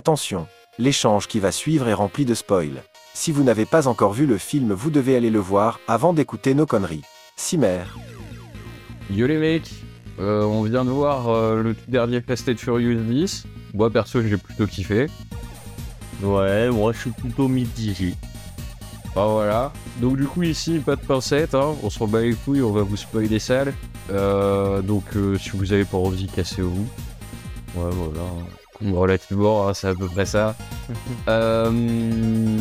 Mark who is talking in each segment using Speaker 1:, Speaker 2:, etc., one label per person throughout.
Speaker 1: Attention, l'échange qui va suivre est rempli de spoils. Si vous n'avez pas encore vu le film, vous devez aller le voir avant d'écouter nos conneries. Cimer.
Speaker 2: Yo les mecs, euh, on vient de voir euh, le tout dernier Fast and Furious 10. Moi perso j'ai plutôt kiffé.
Speaker 3: Ouais, moi je suis plutôt mid-digit.
Speaker 2: Bah voilà. Donc du coup ici pas de pincette, hein. on se rebat les couilles, on va vous spoiler sale. Euh, donc euh, si vous avez pas envie, cassez-vous.
Speaker 3: Ouais, voilà. hein.
Speaker 2: Bon, Relativement, hein, c'est à peu près ça. Euh,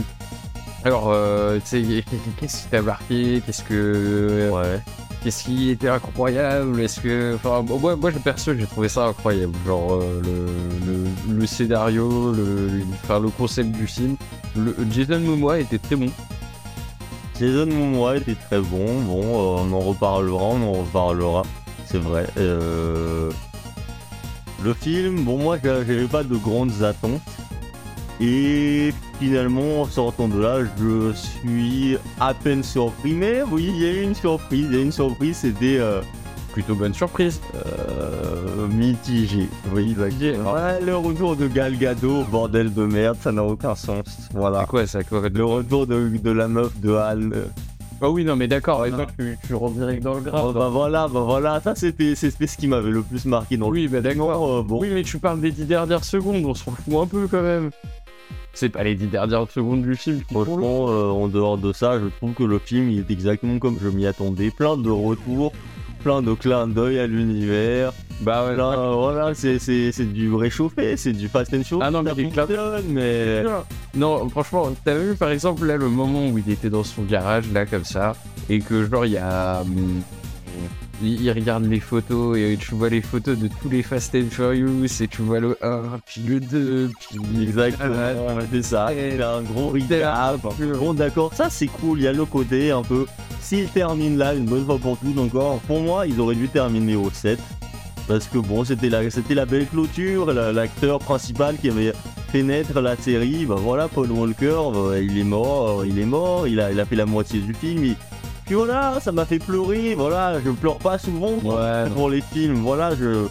Speaker 2: Alors, euh, tu sais, qu'est-ce qui t'a marqué Qu'est-ce que euh,
Speaker 3: Ouais.
Speaker 2: Qu'est-ce qui était incroyable Est-ce que. Enfin, bon, moi, moi perso, j'ai trouvé ça incroyable. Genre, euh, le, le- le scénario, le, le- enfin, le concept du film. Le, Jason Momoa était très bon.
Speaker 3: Jason Momoa était très bon. Bon, euh, on en reparlera, on en reparlera. C'est vrai. Euh, Le film, bon, moi j'a- j'avais pas de grandes attentes. Et finalement, en sortant de là, je suis à peine surpris. Mais oui, il y a eu une surprise. Il y a eu une surprise, c'était euh,
Speaker 2: Plutôt bonne surprise.
Speaker 3: euh, mitigé. Oui,
Speaker 2: d'accord.
Speaker 3: Ouais, le retour de Gal Gadot, bordel de merde, ça n'a aucun sens. Voilà.
Speaker 2: ah, C'est quoi ça quoi,
Speaker 3: Le retour de, de la meuf de Han. euh,
Speaker 2: Ah oui, non, mais d'accord.
Speaker 3: Ah,
Speaker 2: et
Speaker 3: non.
Speaker 2: toi, tu, tu redirais dans le
Speaker 3: Oh, bah voilà, bah voilà, ça c'était c'était ce qui m'avait le plus marqué dans le
Speaker 2: oui, bah d'accord.
Speaker 3: Oh, bon.
Speaker 2: Oui, mais tu parles des dix dernières secondes, on s'en fout un peu quand même. C'est pas les dix dernières secondes du film qui font le-
Speaker 3: Franchement, euh, en dehors de ça, je trouve que le film il est exactement comme je m'y attendais. Plein de retours, plein de clins d'œil à l'univers.
Speaker 2: Bah ouais,
Speaker 3: Là, euh, voilà, c'est- c'est c'est du réchauffé, c'est du fast and show.
Speaker 2: Ah non, mais les clins-
Speaker 3: mais.
Speaker 2: Non, franchement, t'as vu par exemple là le moment où il était dans son garage là comme ça et que genre il y a hum, il il regarde les photos et tu vois les photos de tous les Fast and Furious et tu vois le 1 puis le 2 puis
Speaker 3: Exactement, c'est ça. Il a un gros recap. Bon, d'accord, ça c'est cool. Il y a le côté un peu. S'ils terminent là une bonne fois pour toutes encore, pour moi, ils auraient dû terminer au 7. Parce que bon, c'était la, c'était la belle clôture. la- L'acteur principal qui avait fait naître la série, bah voilà, Paul Walker, bah, il est mort, il est mort, il a, il a fait la moitié du film. il- Puis voilà, ça m'a fait pleurer. Voilà, je pleure pas souvent
Speaker 2: Ouais, non,
Speaker 3: pour les films. Voilà, je.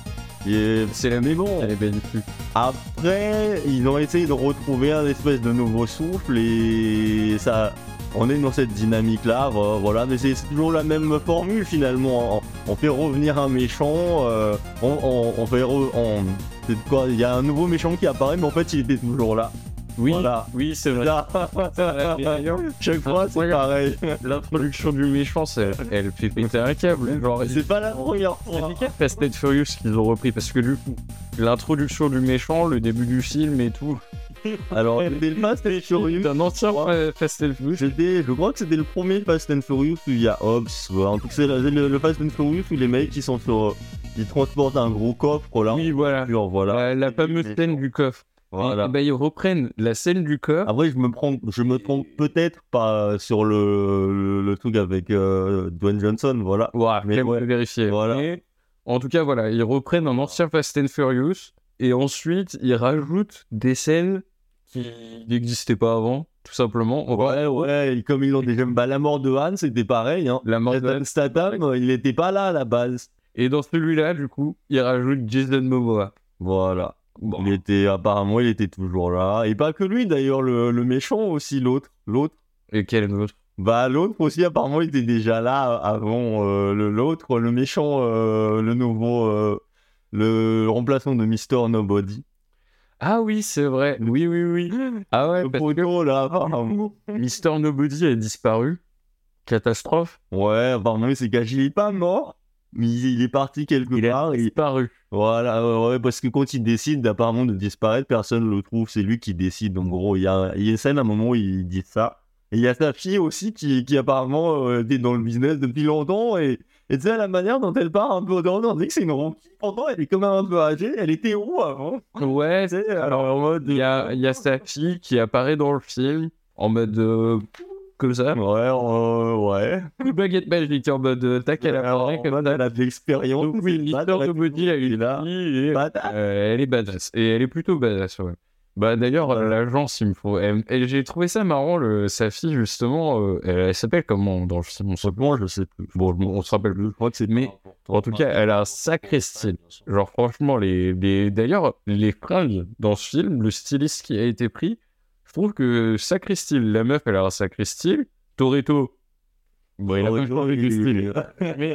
Speaker 3: et-
Speaker 2: c'est la ben,
Speaker 3: Mais bon,
Speaker 2: elle est magnifique.
Speaker 3: après, ils ont essayé de retrouver un espèce de nouveau souffle et ça. On est dans cette dynamique-là, vo- voilà, mais c'est c'est toujours la même formule finalement. On, on fait revenir un méchant, euh, on, on- on fait. re- on- c'est quoi Il y a un nouveau méchant qui apparaît, mais en fait, il était toujours là.
Speaker 2: Oui,
Speaker 3: Voilà.
Speaker 2: oui, c'est vrai.
Speaker 3: Là. Chaque fois, c'est pareil.
Speaker 2: L'introduction du méchant, c'est- elle fait péter un câble. Genre,
Speaker 3: C'est pas la première fois.
Speaker 2: C'est Fast and Furious qu'ils ont repris parce que du coup, l'introduction du méchant, le début du film et tout,
Speaker 3: Alors, dès le pas, c'était curieux.
Speaker 2: d'un ancien euh, Fast and Furious.
Speaker 3: C'était, je crois que c'était le premier Fast and Furious où il y a Hobbs. ouais. En tout cas, c'est le, le- le Fast and Furious où les mecs ils sont sur, euh, ils transportent un gros coffre là.
Speaker 2: Oui, voilà. Bah,
Speaker 3: Pur, voilà.
Speaker 2: La, la fameuse
Speaker 3: Mais-
Speaker 2: scène du coffre.
Speaker 3: voilà.
Speaker 2: Et- et ben, ils reprennent la scène du coffre.
Speaker 3: Après, je me prends, je me trompe peut-être pas euh, sur le, le, le truc avec euh, Dwayne Johnson, voilà.
Speaker 2: Ouah,
Speaker 3: mais
Speaker 2: mais
Speaker 3: Ah, ouais.
Speaker 2: vérifier.
Speaker 3: Voilà.
Speaker 2: Mais, en tout cas, voilà, ils reprennent un ancien Fast and Furious et ensuite ils rajoutent des scènes qui n'existaient pas avant, tout simplement. On va-
Speaker 3: Ouais, ouais. et comme ils l'ont déjà, bah la mort de Han, c'était pareil. Hein.
Speaker 2: La mort de
Speaker 3: Jason Statham, euh, il n'était pas là à la base.
Speaker 2: Et dans celui-là, du coup, ils rajoutent Jason Momoa.
Speaker 3: Voilà.
Speaker 2: Bon.
Speaker 3: Il était apparemment, il était toujours là. Et pas que lui d'ailleurs, le, le méchant aussi, l'autre, l'autre.
Speaker 2: Et quel autre
Speaker 3: Bah l'autre aussi apparemment il était déjà là avant euh, le- l'autre, le méchant, euh, le nouveau, euh, le remplaçant de Mister Nobody.
Speaker 2: Ah oui, c'est vrai. Oui, oui, oui. Ah ouais,
Speaker 3: Le
Speaker 2: parce
Speaker 3: poteau là apparemment.
Speaker 2: que Mister Nobody a disparu. Catastrophe.
Speaker 3: Ouais apparemment il s'est caché, il est pas mort, mais il, il est parti quelque
Speaker 2: Il a
Speaker 3: part. et-
Speaker 2: disparu.
Speaker 3: Voilà ouais, ouais, parce que quand il décide apparemment de disparaître personne le trouve, c'est lui qui décide. En gros il y a, il y a une scène à un moment où il dit ça. Et il y a sa fille aussi qui, qui apparemment euh, était dans le business depuis longtemps et, et tu sais la manière dont elle part un peu dans on dit que c'est une ronquille. Pourtant elle est quand même un peu âgée, elle était où avant
Speaker 2: Ouais,
Speaker 3: Tu sais, Alors en mode euh,
Speaker 2: il y a, il y a sa fille qui apparaît dans le film en mode. euh, comme ça.
Speaker 3: Ouais, euh, ouais.
Speaker 2: Une baguette magique en mode. euh, Tac, elle
Speaker 3: Alors,
Speaker 2: apparaît
Speaker 3: en
Speaker 2: comme
Speaker 3: mode,
Speaker 2: ça.
Speaker 3: elle a de l'expérience.
Speaker 2: Donc oui, Mister
Speaker 3: Badass.
Speaker 2: Nobody a
Speaker 3: Et
Speaker 2: une
Speaker 3: là,
Speaker 2: fille et,
Speaker 3: badass.
Speaker 2: euh, elle est badass. Et elle est plutôt badass, ouais. Bah d'ailleurs,
Speaker 3: Voilà.
Speaker 2: l'agence, il me faut. elle- elle- J'ai trouvé ça marrant, le, sa fille, justement. euh, elle elle s'appelle comment dans le film On se-
Speaker 3: Bon, je sais plus.
Speaker 2: Bon, on se rappelle plus.
Speaker 3: Je crois que c'est.
Speaker 2: Mais, en tout cas, elle a un sacré style. Genre, franchement, les, les- d'ailleurs, les fringues dans ce film, le styliste qui a été pris, je trouve que sacré style. La meuf, elle a un sacré style. Toretto, bon, il a pas changé de style. Mais,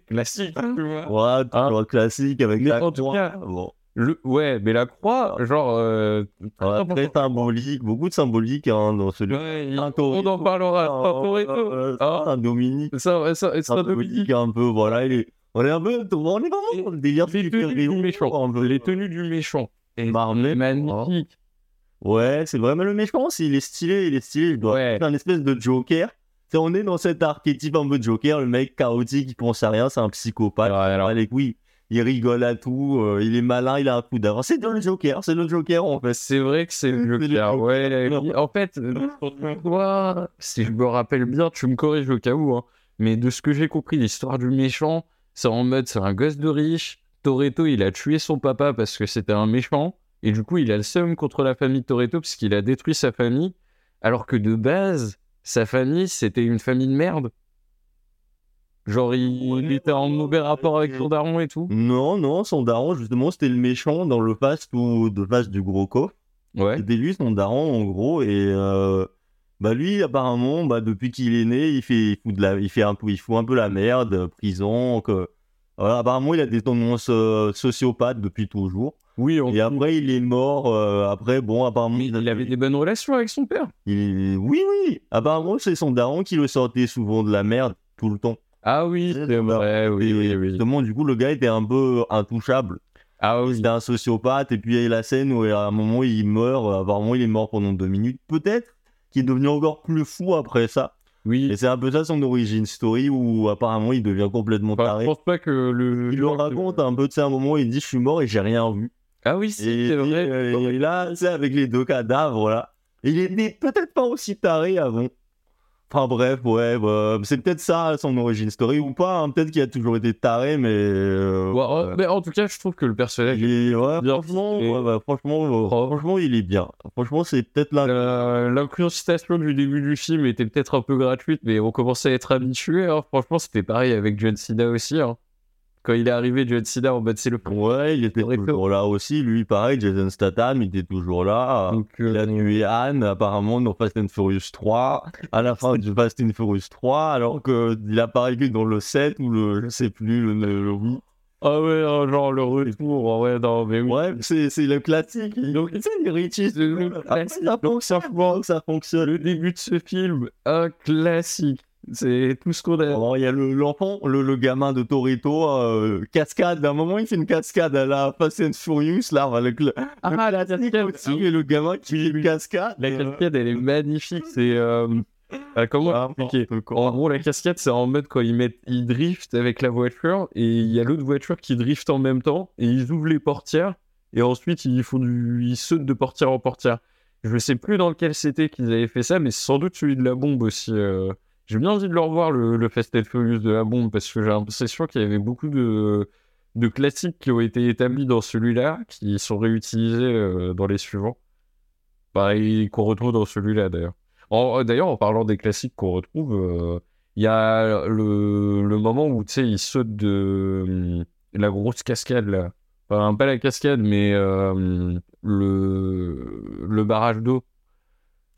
Speaker 2: classique, tu vois.
Speaker 3: Ouais,
Speaker 2: Hein.
Speaker 3: toujours classique avec
Speaker 2: Mais
Speaker 3: la
Speaker 2: en tout
Speaker 3: croix.
Speaker 2: cas,
Speaker 3: Bon.
Speaker 2: Le- ouais, mais la croix, genre. euh,
Speaker 3: Ouais,
Speaker 2: important.
Speaker 3: très symbolique, beaucoup de symbolique hein, dans Oh, celui
Speaker 2: ouais, il-
Speaker 3: Un
Speaker 2: on
Speaker 3: Toretto.
Speaker 2: en parlera. Un Toretto.
Speaker 3: Euh,
Speaker 2: Ah.
Speaker 3: un Dominique,
Speaker 2: Ça, ça,
Speaker 3: un
Speaker 2: ça, Dominique.
Speaker 3: Dominique un peu, voilà, il est- on est un peu, on est
Speaker 2: Et-
Speaker 3: vraiment dans le délire
Speaker 2: les
Speaker 3: du
Speaker 2: tenues du
Speaker 3: super-héros,
Speaker 2: méchant.
Speaker 3: un peu. euh,
Speaker 2: Les tenues du méchant. Et
Speaker 3: Marley,
Speaker 2: magnifique.
Speaker 3: Ouais, c'est vraiment le méchant, aussi, il est stylé, il est stylé, je dois
Speaker 2: Ouais.
Speaker 3: c'est un espèce de Joker. C'est- on est dans cet archétype un peu de Joker, le mec chaotique, il pense à rien, c'est un psychopathe.
Speaker 2: Alors, alors,
Speaker 3: Allez, oui, il rigole à tout, euh, il est malin, il a un coup d'avance. C'est dans le Joker, c'est le Joker en fait.
Speaker 2: Bah, c'est vrai que c'est le
Speaker 3: C'est le
Speaker 2: Joker.
Speaker 3: Joker.
Speaker 2: Ouais,
Speaker 3: Non.
Speaker 2: oui. en fait, euh, toi, si je me rappelle bien, tu me corriges au cas où, hein, mais de ce que j'ai compris, l'histoire du méchant, c'est en mode c'est un gosse de riche. Toretto, il a tué son papa parce que c'était un méchant, et du coup, il a le seum contre la famille de Toretto parce qu'il a détruit sa famille, alors que de base, sa famille, c'était une famille de merde. Genre, il, il
Speaker 3: Ouais,
Speaker 2: était en
Speaker 3: ouais,
Speaker 2: mauvais
Speaker 3: ouais,
Speaker 2: rapport avec
Speaker 3: ouais.
Speaker 2: son daron et tout.
Speaker 3: Non, non, son daron, justement, c'était le méchant dans le fast ou de face du gros coffre.
Speaker 2: Ouais.
Speaker 3: C'était lui son daron en gros et euh, bah lui apparemment bah depuis qu'il est né il fait il fout de la il fait un peu il fout un peu la merde euh, prison que voilà, apparemment il a des tendances euh, sociopathes depuis toujours
Speaker 2: Oui, on-
Speaker 3: et après il est mort euh, après bon apparemment
Speaker 2: mais il avait des bonnes relations avec son père.
Speaker 3: il- oui oui apparemment c'est son daron qui le sortait souvent de la merde tout le temps
Speaker 2: Ah oui,
Speaker 3: C'est
Speaker 2: c'est
Speaker 3: marrant.
Speaker 2: vrai, oui,
Speaker 3: Et
Speaker 2: oui, oui.
Speaker 3: justement du coup le gars était un peu intouchable
Speaker 2: Ah oui,
Speaker 3: c'était un sociopathe et puis il y a la scène où à un moment il meurt euh, apparemment il est mort pendant deux minutes peut-être qui est devenu encore plus fou après ça
Speaker 2: oui.
Speaker 3: et c'est un peu ça son origin story où apparemment il devient complètement
Speaker 2: Enfin, je
Speaker 3: taré
Speaker 2: pense pas que le.
Speaker 3: il le raconte un peu de ça un moment il dit je suis mort et j'ai rien vu
Speaker 2: Ah oui,
Speaker 3: et,
Speaker 2: si, c'est
Speaker 3: il dit,
Speaker 2: vrai.
Speaker 3: euh, et là tu sais, avec les deux cadavres là il était peut-être pas aussi taré avant enfin bref ouais bah, c'est peut-être ça son origin story ou pas hein. peut-être qu'il a toujours été taré mais euh,
Speaker 2: Ouais, ouais,
Speaker 3: ouais.
Speaker 2: Mais en tout cas, je trouve que le personnage.
Speaker 3: Il est- ouais,
Speaker 2: Bien
Speaker 3: franchement,
Speaker 2: ficelé.
Speaker 3: ouais, bah, franchement, euh, franchement, il est bien. Franchement, c'est peut-être l'un.
Speaker 2: la- L'incrustation du début du film était peut-être un peu gratuite, mais on commençait à être habitué. hein. Franchement, c'était pareil avec John Cena aussi. hein. Quand il est arrivé, John Cena en mode c'est le premier.
Speaker 3: Ouais, il était
Speaker 2: Correcto.
Speaker 3: toujours là aussi. Lui, pareil, Jason Statham, il était toujours là.
Speaker 2: Donc,
Speaker 3: bah, Il
Speaker 2: euh,
Speaker 3: a tué Anne, apparemment, dans Fast and Furious 3, à la fin de Fast and Furious 3, alors qu'il apparaît que dans le 7 ou le, je sais plus, le, le, le huit.
Speaker 2: Ah ouais, hein, genre le retour. ah Ouais, non, mais oui.
Speaker 3: Ouais, c'est c'est le classique. Donc, tu sais, les Richie,
Speaker 2: C'est le
Speaker 3: après,
Speaker 2: classique.
Speaker 3: ça fonctionne. Ça fonctionne.
Speaker 2: Le début de ce film, un classique. C'est tout ce qu'on a.
Speaker 3: Alors, il y a le- l'enfant, le, le gamin de Torito, euh, cascade. D'un moment, il fait une cascade à la Fast and Furious, là, avec le,
Speaker 2: Ah, la
Speaker 3: le petit et le gamin qui fait une cascade.
Speaker 2: La
Speaker 3: euh,
Speaker 2: cascade, elle est magnifique. C'est. euh, euh, comment
Speaker 3: vraiment,
Speaker 2: expliquer
Speaker 3: euh, quoi.
Speaker 2: En gros, la cascade, c'est en mode quand ils, mettent, ils driftent avec la voiture et il y a l'autre voiture qui drift en même temps et ils ouvrent les portières et ensuite ils, font du... ils sautent de portière en portière. Je ne sais plus dans lequel c'était qu'ils avaient fait ça, mais c'est sans doute celui de la bombe aussi. euh. J'ai bien envie de le revoir, le, le Fast and Furious de la bombe, parce que j'ai l'impression qu'il y avait beaucoup de, de classiques qui ont été établis dans celui-là, qui sont réutilisés euh, dans les suivants. Pareil, qu'on retrouve dans celui-là d'ailleurs. En- euh, D'ailleurs, en parlant des classiques qu'on retrouve, euh, il y a le, le moment où, tu sais, il saute de hum, la grosse cascade, là. Enfin, pas la cascade, mais euh, hum, le, le barrage d'eau.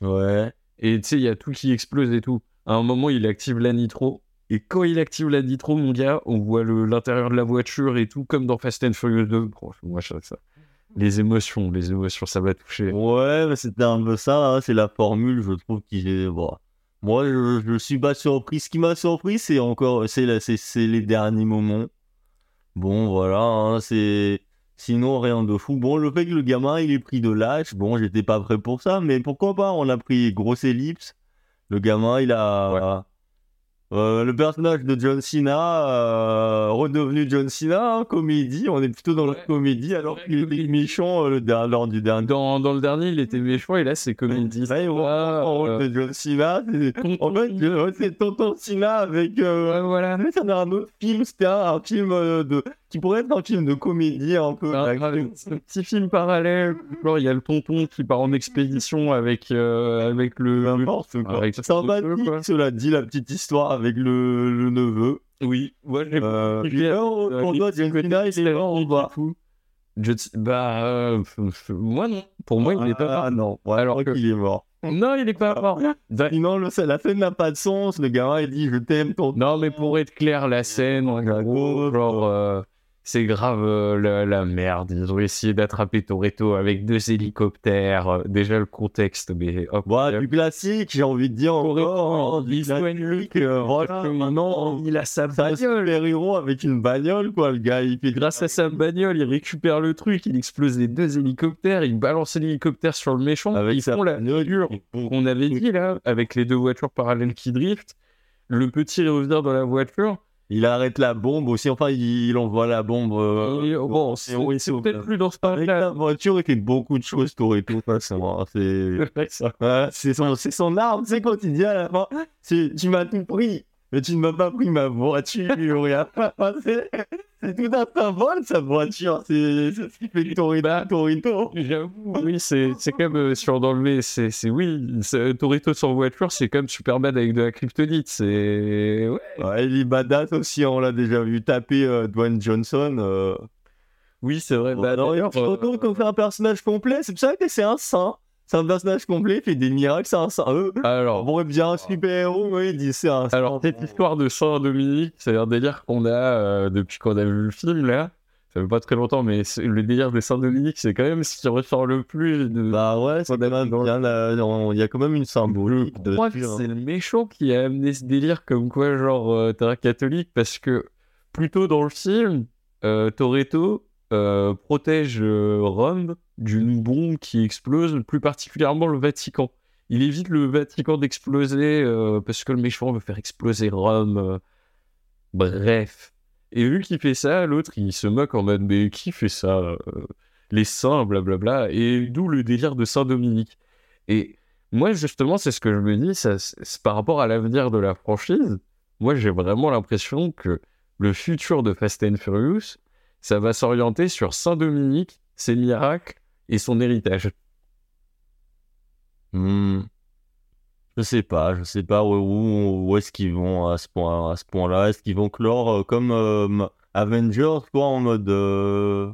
Speaker 3: Ouais.
Speaker 2: Et tu sais, il y a tout qui explose et tout. À un moment, il active la nitro. Et quand il active la nitro, mon gars, on voit le- l'intérieur de la voiture et tout, comme dans Fast and Furious 2. Franchement, moi, je trouve ça. Les émotions, les émotions, ça va toucher.
Speaker 3: Ouais, mais c'était un peu ça. hein, C'est la formule, je trouve, qui est. bon. Moi, je, je suis pas surpris. Ce qui m'a surpris, c'est encore. C'est la- c'est- c'est les derniers moments. Bon, voilà. hein, c'est. Sinon, rien de fou. Bon, le fait que le gamin, il est pris de lâche. Bon, j'étais pas prêt pour ça, mais pourquoi pas On a pris grosse ellipse. Le gamin, il a. Euh, le personnage de John Cena, euh, redevenu John Cena, hein, comédie, on est plutôt dans
Speaker 2: Ouais.
Speaker 3: la comédie alors
Speaker 2: vrai
Speaker 3: qu'il
Speaker 2: que-
Speaker 3: était méchant euh, le der- lors du dernier.
Speaker 2: Dans, dans le dernier, il était méchant et là, c'est comédie.
Speaker 3: Ouais, on
Speaker 2: Ah,
Speaker 3: en
Speaker 2: euh,
Speaker 3: rôle de John Cena, c'est- en fait, je- c'est Tonton Cena avec. euh,
Speaker 2: ouais, voilà.
Speaker 3: ça a un autre film, c'était un, un film euh, de. qui pourrait être un film de comédie un peu.
Speaker 2: Un,
Speaker 3: avec-
Speaker 2: un- Ah, un petit film parallèle, genre il y a le tonton qui part en expédition avec, euh, avec le... le-
Speaker 3: N'importe quoi.
Speaker 2: Avec-
Speaker 3: Sympathique,
Speaker 2: quoi.
Speaker 3: cela dit, la petite histoire avec le, le neveu.
Speaker 2: Oui, moi j'ai
Speaker 3: Euh,
Speaker 2: j'ai-
Speaker 3: mais là, on,
Speaker 2: euh,
Speaker 3: on doit John Cena, il est mort, on doit.
Speaker 2: Je t- bah, euh, f- f- moi non. Pour moi, il n'est pas
Speaker 3: Ah
Speaker 2: mort.
Speaker 3: non, ouais, Ah,
Speaker 2: Alors
Speaker 3: je crois
Speaker 2: que-
Speaker 3: qu'il est mort.
Speaker 2: Non, il n'est pas mort. Da-
Speaker 3: Sinon, le- la scène n'a pas de sens. Le gamin, il dit Je t'aime, ton.
Speaker 2: Non, mais pour être clair, la scène, en gros, genre, euh, c'est grave euh, la, la merde. Ils ont essayé d'attraper Toretto avec deux hélicoptères. Euh, Déjà le contexte, mais hop.
Speaker 3: Ouais, du classique, j'ai envie de dire encore. hein, du
Speaker 2: Oh, il soigne
Speaker 3: classique, euh, voilà, maintenant,
Speaker 2: il a sa
Speaker 3: ça super héros avec une bagnole, quoi. Le gars, il fait
Speaker 2: Grâce à sa bagnole, il récupère le truc, il explose les deux hélicoptères, il balance l'hélicoptère sur le méchant.
Speaker 3: Avec
Speaker 2: ils
Speaker 3: sa
Speaker 2: font la figure qu'on avait dit là, avec les deux voitures parallèles qui driftent. Le petit revient dans la voiture.
Speaker 3: Il arrête la bombe aussi. Enfin, il, il envoie la bombe. euh,
Speaker 2: Et,
Speaker 3: au-
Speaker 2: oh, bon,
Speaker 3: au-
Speaker 2: c'est
Speaker 3: au-
Speaker 2: c'est
Speaker 3: au-
Speaker 2: peut-être plus dans ce
Speaker 3: Avec
Speaker 2: parc-là.
Speaker 3: la voiture, il fait beaucoup de choses, Toretto, forcément. C'est. Ouais, c'est son, c'est son arme, c'est quand il dit à la fin, c'est, tu m'as tout pris, mais tu ne m'as pas pris ma voiture, il a pas passé. C'est tout un symbole, sa voiture, c'est c'est ce qui fait Torito,
Speaker 2: Bah.
Speaker 3: Torito.
Speaker 2: J'avoue, oui, c'est c'est comme euh, sur d'enlever, c'est c'est- oui, c'est- euh, Toretto sans voiture, c'est comme Superman avec de la kryptonite, c'est ouais.
Speaker 3: Ouais, il est badass aussi, on l'a déjà vu taper euh, Dwayne Johnson. euh.
Speaker 2: oui, c'est vrai.
Speaker 3: Bah, non, d'ailleurs,
Speaker 2: euh,
Speaker 3: Torito, quand on fait un personnage complet, c'est pour ça que c'est un saint. C'est un personnage complet, il fait des miracles, c'est un saint. Euh, Eux, on
Speaker 2: alors,
Speaker 3: pourrait bien un super-héros, mais il dit c'est un saint.
Speaker 2: alors cette histoire de Saint Dominique, c'est un délire qu'on a euh, depuis qu'on a vu le film là. Ça fait pas très longtemps, mais c'est- le délire de Saint Dominique, c'est quand même ce qui ressort le plus. De...
Speaker 3: Bah ouais, c'est quand même bien, là, on- il y a quand même une symbolique.
Speaker 2: Je crois que
Speaker 3: dessus, hein.
Speaker 2: c'est le méchant qui a amené ce délire comme quoi, genre, euh, t'es un catholique, parce que plutôt dans le film, euh, Toretto euh, protège euh, Rome d'une bombe qui explose, plus particulièrement le Vatican. Il évite le Vatican d'exploser euh, parce que le méchant veut faire exploser Rome. euh. Bref. Et vu qu'il fait ça, l'autre, il se moque en mode, mais qui fait ça euh, Les saints, blablabla. Et d'où le délire de Saint-Dominique. Et moi, justement, c'est ce que je me dis, ça, c'est c'est par rapport à l'avenir de la franchise. Moi, j'ai vraiment l'impression que le futur de Fast and Furious, ça va s'orienter sur Saint-Dominique, ses miracles et son héritage.
Speaker 3: Hmm. Je sais pas, je sais pas où, où- où est-ce qu'ils vont à ce point, à ce point-là. Est-ce qu'ils vont clore euh, comme euh, Avengers, quoi, en mode euh,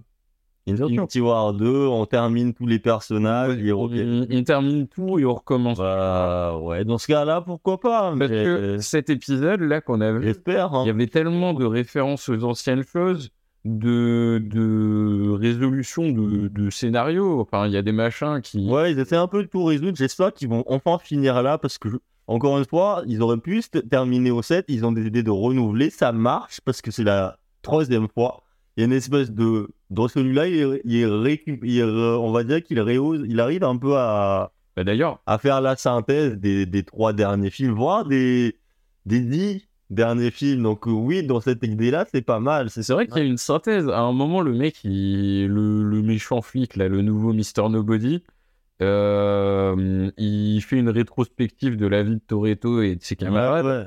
Speaker 3: Infinity War 2, on termine tous les personnages, les
Speaker 2: On,
Speaker 3: roquettes.
Speaker 2: on termine tout et on recommence.
Speaker 3: Bah ouais, dans ce cas-là, pourquoi pas hein,
Speaker 2: Parce
Speaker 3: mais-
Speaker 2: que cet épisode-là qu'on a vu,
Speaker 3: J'espère. hein.
Speaker 2: il y avait tellement de références aux anciennes choses, de, de résolution de, de scénario. Enfin, il y a des machins qui.
Speaker 3: Ouais, ils essaient un peu de tout résoudre. J'espère qu'ils vont enfin finir là parce que, je- encore une fois, ils auraient pu se terminer au 7. Ils ont décidé de renouveler. Ça marche parce que c'est la troisième fois. Il y a une espèce de. Dans celui-là, il, est- il est récu- il est re- on va dire qu'il réose, il arrive un peu à,
Speaker 2: Bah, D'ailleurs,
Speaker 3: à faire la synthèse des, des trois derniers films, voire des, des dix derniers films. Donc, euh, oui, dans cette idée-là, c'est pas mal. C'est
Speaker 2: C'est vrai qu'il y a une synthèse. À un moment, le mec, il- le, le méchant flic, là, le nouveau Mr. Nobody, euh, il fait une rétrospective de la vie de Toretto et de ses camarades.
Speaker 3: Ouais, ouais.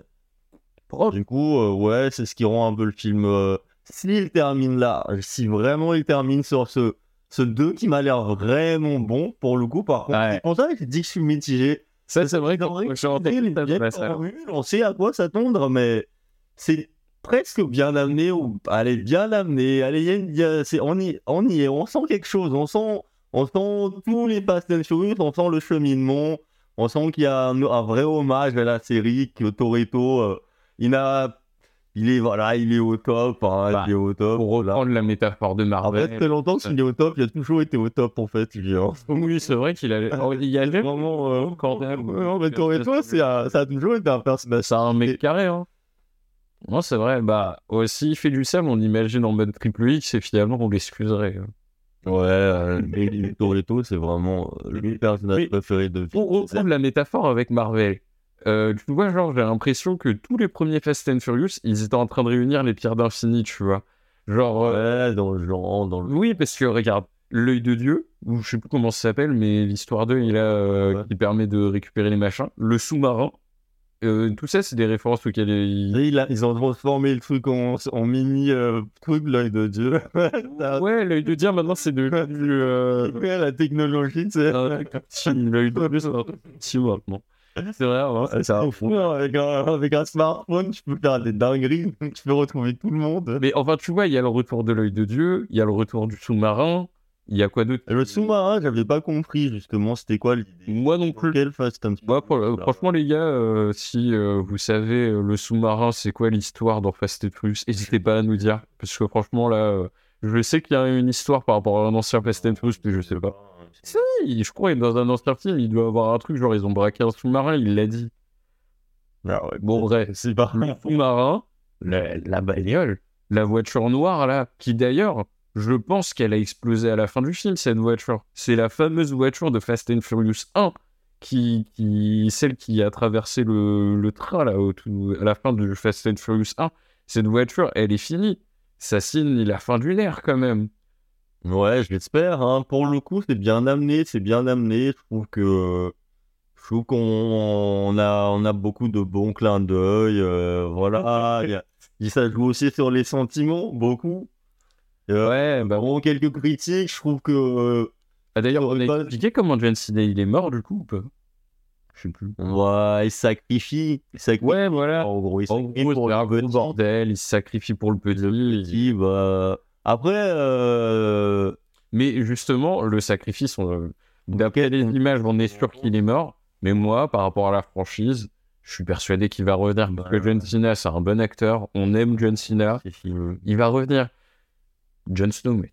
Speaker 2: Propre.
Speaker 3: Du coup, euh, ouais, c'est ce qui rend un peu le film. euh, S'il termine là, si vraiment il termine sur ce, ce 2 qui m'a l'air vraiment bon, pour le coup, par contre,
Speaker 2: Ouais.
Speaker 3: c'est pour ça que je dis que je suis mitigé.
Speaker 2: Ça, c'est vrai que
Speaker 3: C'est vrai
Speaker 2: j'ai
Speaker 3: Il y a
Speaker 2: entendu
Speaker 3: une
Speaker 2: ça dans
Speaker 3: vieille
Speaker 2: la salle.
Speaker 3: formule, on sait à quoi s'attendre, mais c'est presque bien amené. Ou... Allez, bien amené. Allez, il y a une- il y a- c'est- on, y, on y est, on sent quelque chose, on sent, on sent tous les pastels Furious, on sent le cheminement. On sent qu'il y a un, un vrai hommage à la série, que Toretto, euh, il a, il est voilà, il est au top, hein,
Speaker 2: Bah,
Speaker 3: il est au top.
Speaker 2: Pour
Speaker 3: voilà.
Speaker 2: reprendre la métaphore de
Speaker 3: En fait,
Speaker 2: Marvel.
Speaker 3: ça fait euh, longtemps qu'il est au top, il a toujours été au top en fait, lui. hein.
Speaker 2: oui, c'est vrai qu'il a. oh, Il y a le
Speaker 3: Vraiment, euh,
Speaker 2: quand même.
Speaker 3: non, mais Toretto, c'est un- ça a toujours été un personnage.
Speaker 2: C'est un mec carré, hein. Non, c'est vrai. Bah, aussi, il fait du sable, on imagine en mode triple X et finalement, on l'excuserait.
Speaker 3: Ouais, euh, mais Toretto, c'est vraiment euh, le personnage
Speaker 2: Mais-
Speaker 3: préféré de
Speaker 2: on reprend la métaphore avec Marvel. Euh, tu vois, genre, j'ai l'impression que tous les premiers Fast and Furious, ils étaient en train de réunir les pierres d'infini, tu vois. Genre, euh,
Speaker 3: Ouais, dans le genre, dans le.
Speaker 2: oui, parce que regarde, l'œil de Dieu, ou je sais plus comment ça s'appelle, mais l'histoire d'œil là, euh,
Speaker 3: Ouais.
Speaker 2: qui permet de récupérer les machins, le sous-marin, euh, tout ça, c'est des références auxquelles ils.
Speaker 3: Ils, a- ils ont transformé le truc en, en mini euh, truc, l'œil de Dieu. Ça-
Speaker 2: Ouais, l'œil de Dieu, maintenant, c'est de. euh,
Speaker 3: Ah. Ouais, la technologie, c'est.
Speaker 2: un truc petit, l'œil de Dieu, c'est un truc petit maintenant. C'est vrai, hein, c'est ça.
Speaker 3: avec, Ah, euh, un, avec un smartphone, tu peux faire des dingueries, tu peux retrouver tout le monde.
Speaker 2: Mais enfin, tu vois, il y a le retour de l'œil de Dieu, il y a le retour du sous-marin, il y a quoi d'autre
Speaker 3: Le sous-marin, j'avais pas compris justement c'était quoi l'idée.
Speaker 2: Moi non plus.
Speaker 3: Quel Fast and
Speaker 2: Moi, Bah, pour-
Speaker 3: Voilà.
Speaker 2: Franchement, les gars, euh, si euh, vous savez euh, le sous-marin, c'est quoi l'histoire dans Fast and Furious, n'hésitez pas à nous dire. Parce que franchement, là, euh, je sais qu'il y a une histoire par rapport à un ancien Fast and Furious, mais je sais pas.
Speaker 3: Ah
Speaker 2: Oui, je crois que dans un ancien film, il doit avoir un truc, genre ils ont braqué un sous-marin, il l'a dit.
Speaker 3: Ah ouais,
Speaker 2: Bon, bref,
Speaker 3: c'est pas.
Speaker 2: le sous-marin, la, la bagnole, la voiture noire là, qui d'ailleurs, je pense qu'elle a explosé à la fin du film cette voiture. C'est la fameuse voiture de Fast and Furious 1, qui, qui celle qui a traversé le, le train là au tout- à la fin de Fast and Furious 1. Cette voiture, elle est finie. Ça signe la fin d'une ère quand même.
Speaker 3: Ouais, je l'espère. hein. Pour le coup, c'est bien amené, c'est bien amené. Je trouve que je trouve qu'on on a on a beaucoup de bons clins d'œil. euh, voilà, il y a- il- ça joue aussi sur les sentiments, beaucoup. Euh,
Speaker 2: Ouais, bah
Speaker 3: Bon, quelques critiques. Je trouve que euh,
Speaker 2: Ah, d'ailleurs, on
Speaker 3: j'aurais
Speaker 2: a
Speaker 3: pas-
Speaker 2: expliqué comment John Cena il est mort du coup ou pas Je sais plus.
Speaker 3: ouais, il sacrifie, il sacrifie.
Speaker 2: Ouais, voilà.
Speaker 3: En gros, il
Speaker 2: En
Speaker 3: sacrifie
Speaker 2: gros,
Speaker 3: pour
Speaker 2: c'est un
Speaker 3: le
Speaker 2: gros
Speaker 3: petit.
Speaker 2: bordel, il se sacrifie pour le petit. il-
Speaker 3: Petit, bah, Après, euh,
Speaker 2: Mais justement, le sacrifice, on, euh, d'après les images, on est sûr qu'il est mort. Mais moi, par rapport à la franchise, je suis persuadé qu'il va revenir. Parce que John Cena, c'est un bon acteur. On aime John Cena. Il va revenir. Jon Snow, mais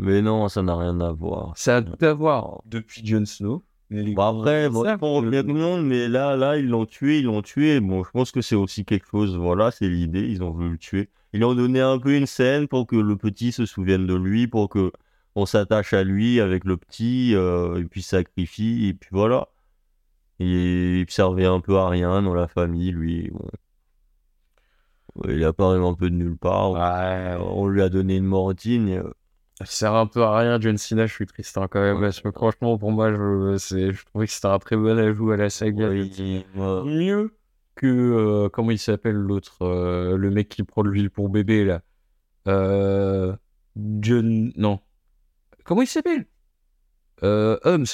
Speaker 3: mais non, ça n'a rien à voir.
Speaker 2: ça a tout à voir. Depuis Jon Snow.
Speaker 3: Bon, Bah, après, bon,
Speaker 2: Ça,
Speaker 3: on revient tout le monde, mais là, là, ils l'ont tué, ils l'ont tué. Bon, je pense que c'est aussi quelque chose, voilà, c'est l'idée, ils ont voulu le tuer. Ils lui ont donné un peu une scène pour que le petit se souvienne de lui, pour que on s'attache à lui avec le petit, euh, et puis sacrifie, et puis voilà. Et il servait un peu à rien dans la famille, lui. bon. Ouais, Il apparaît un peu de nulle part.
Speaker 2: Ouais,
Speaker 3: On lui a donné une mort digne.
Speaker 2: Ça sert un peu à rien, John Cena, je suis triste hein, quand même.
Speaker 3: Ouais.
Speaker 2: Parce que franchement, pour moi, je, c'est- je trouvais que c'était un très bon ajout à la saga.
Speaker 3: Ouais, il- ah, ouais.
Speaker 2: mieux que euh, comment il s'appelle l'autre euh, le mec qui prend de l'huile pour bébé là euh, John non comment il s'appelle euh, Holmes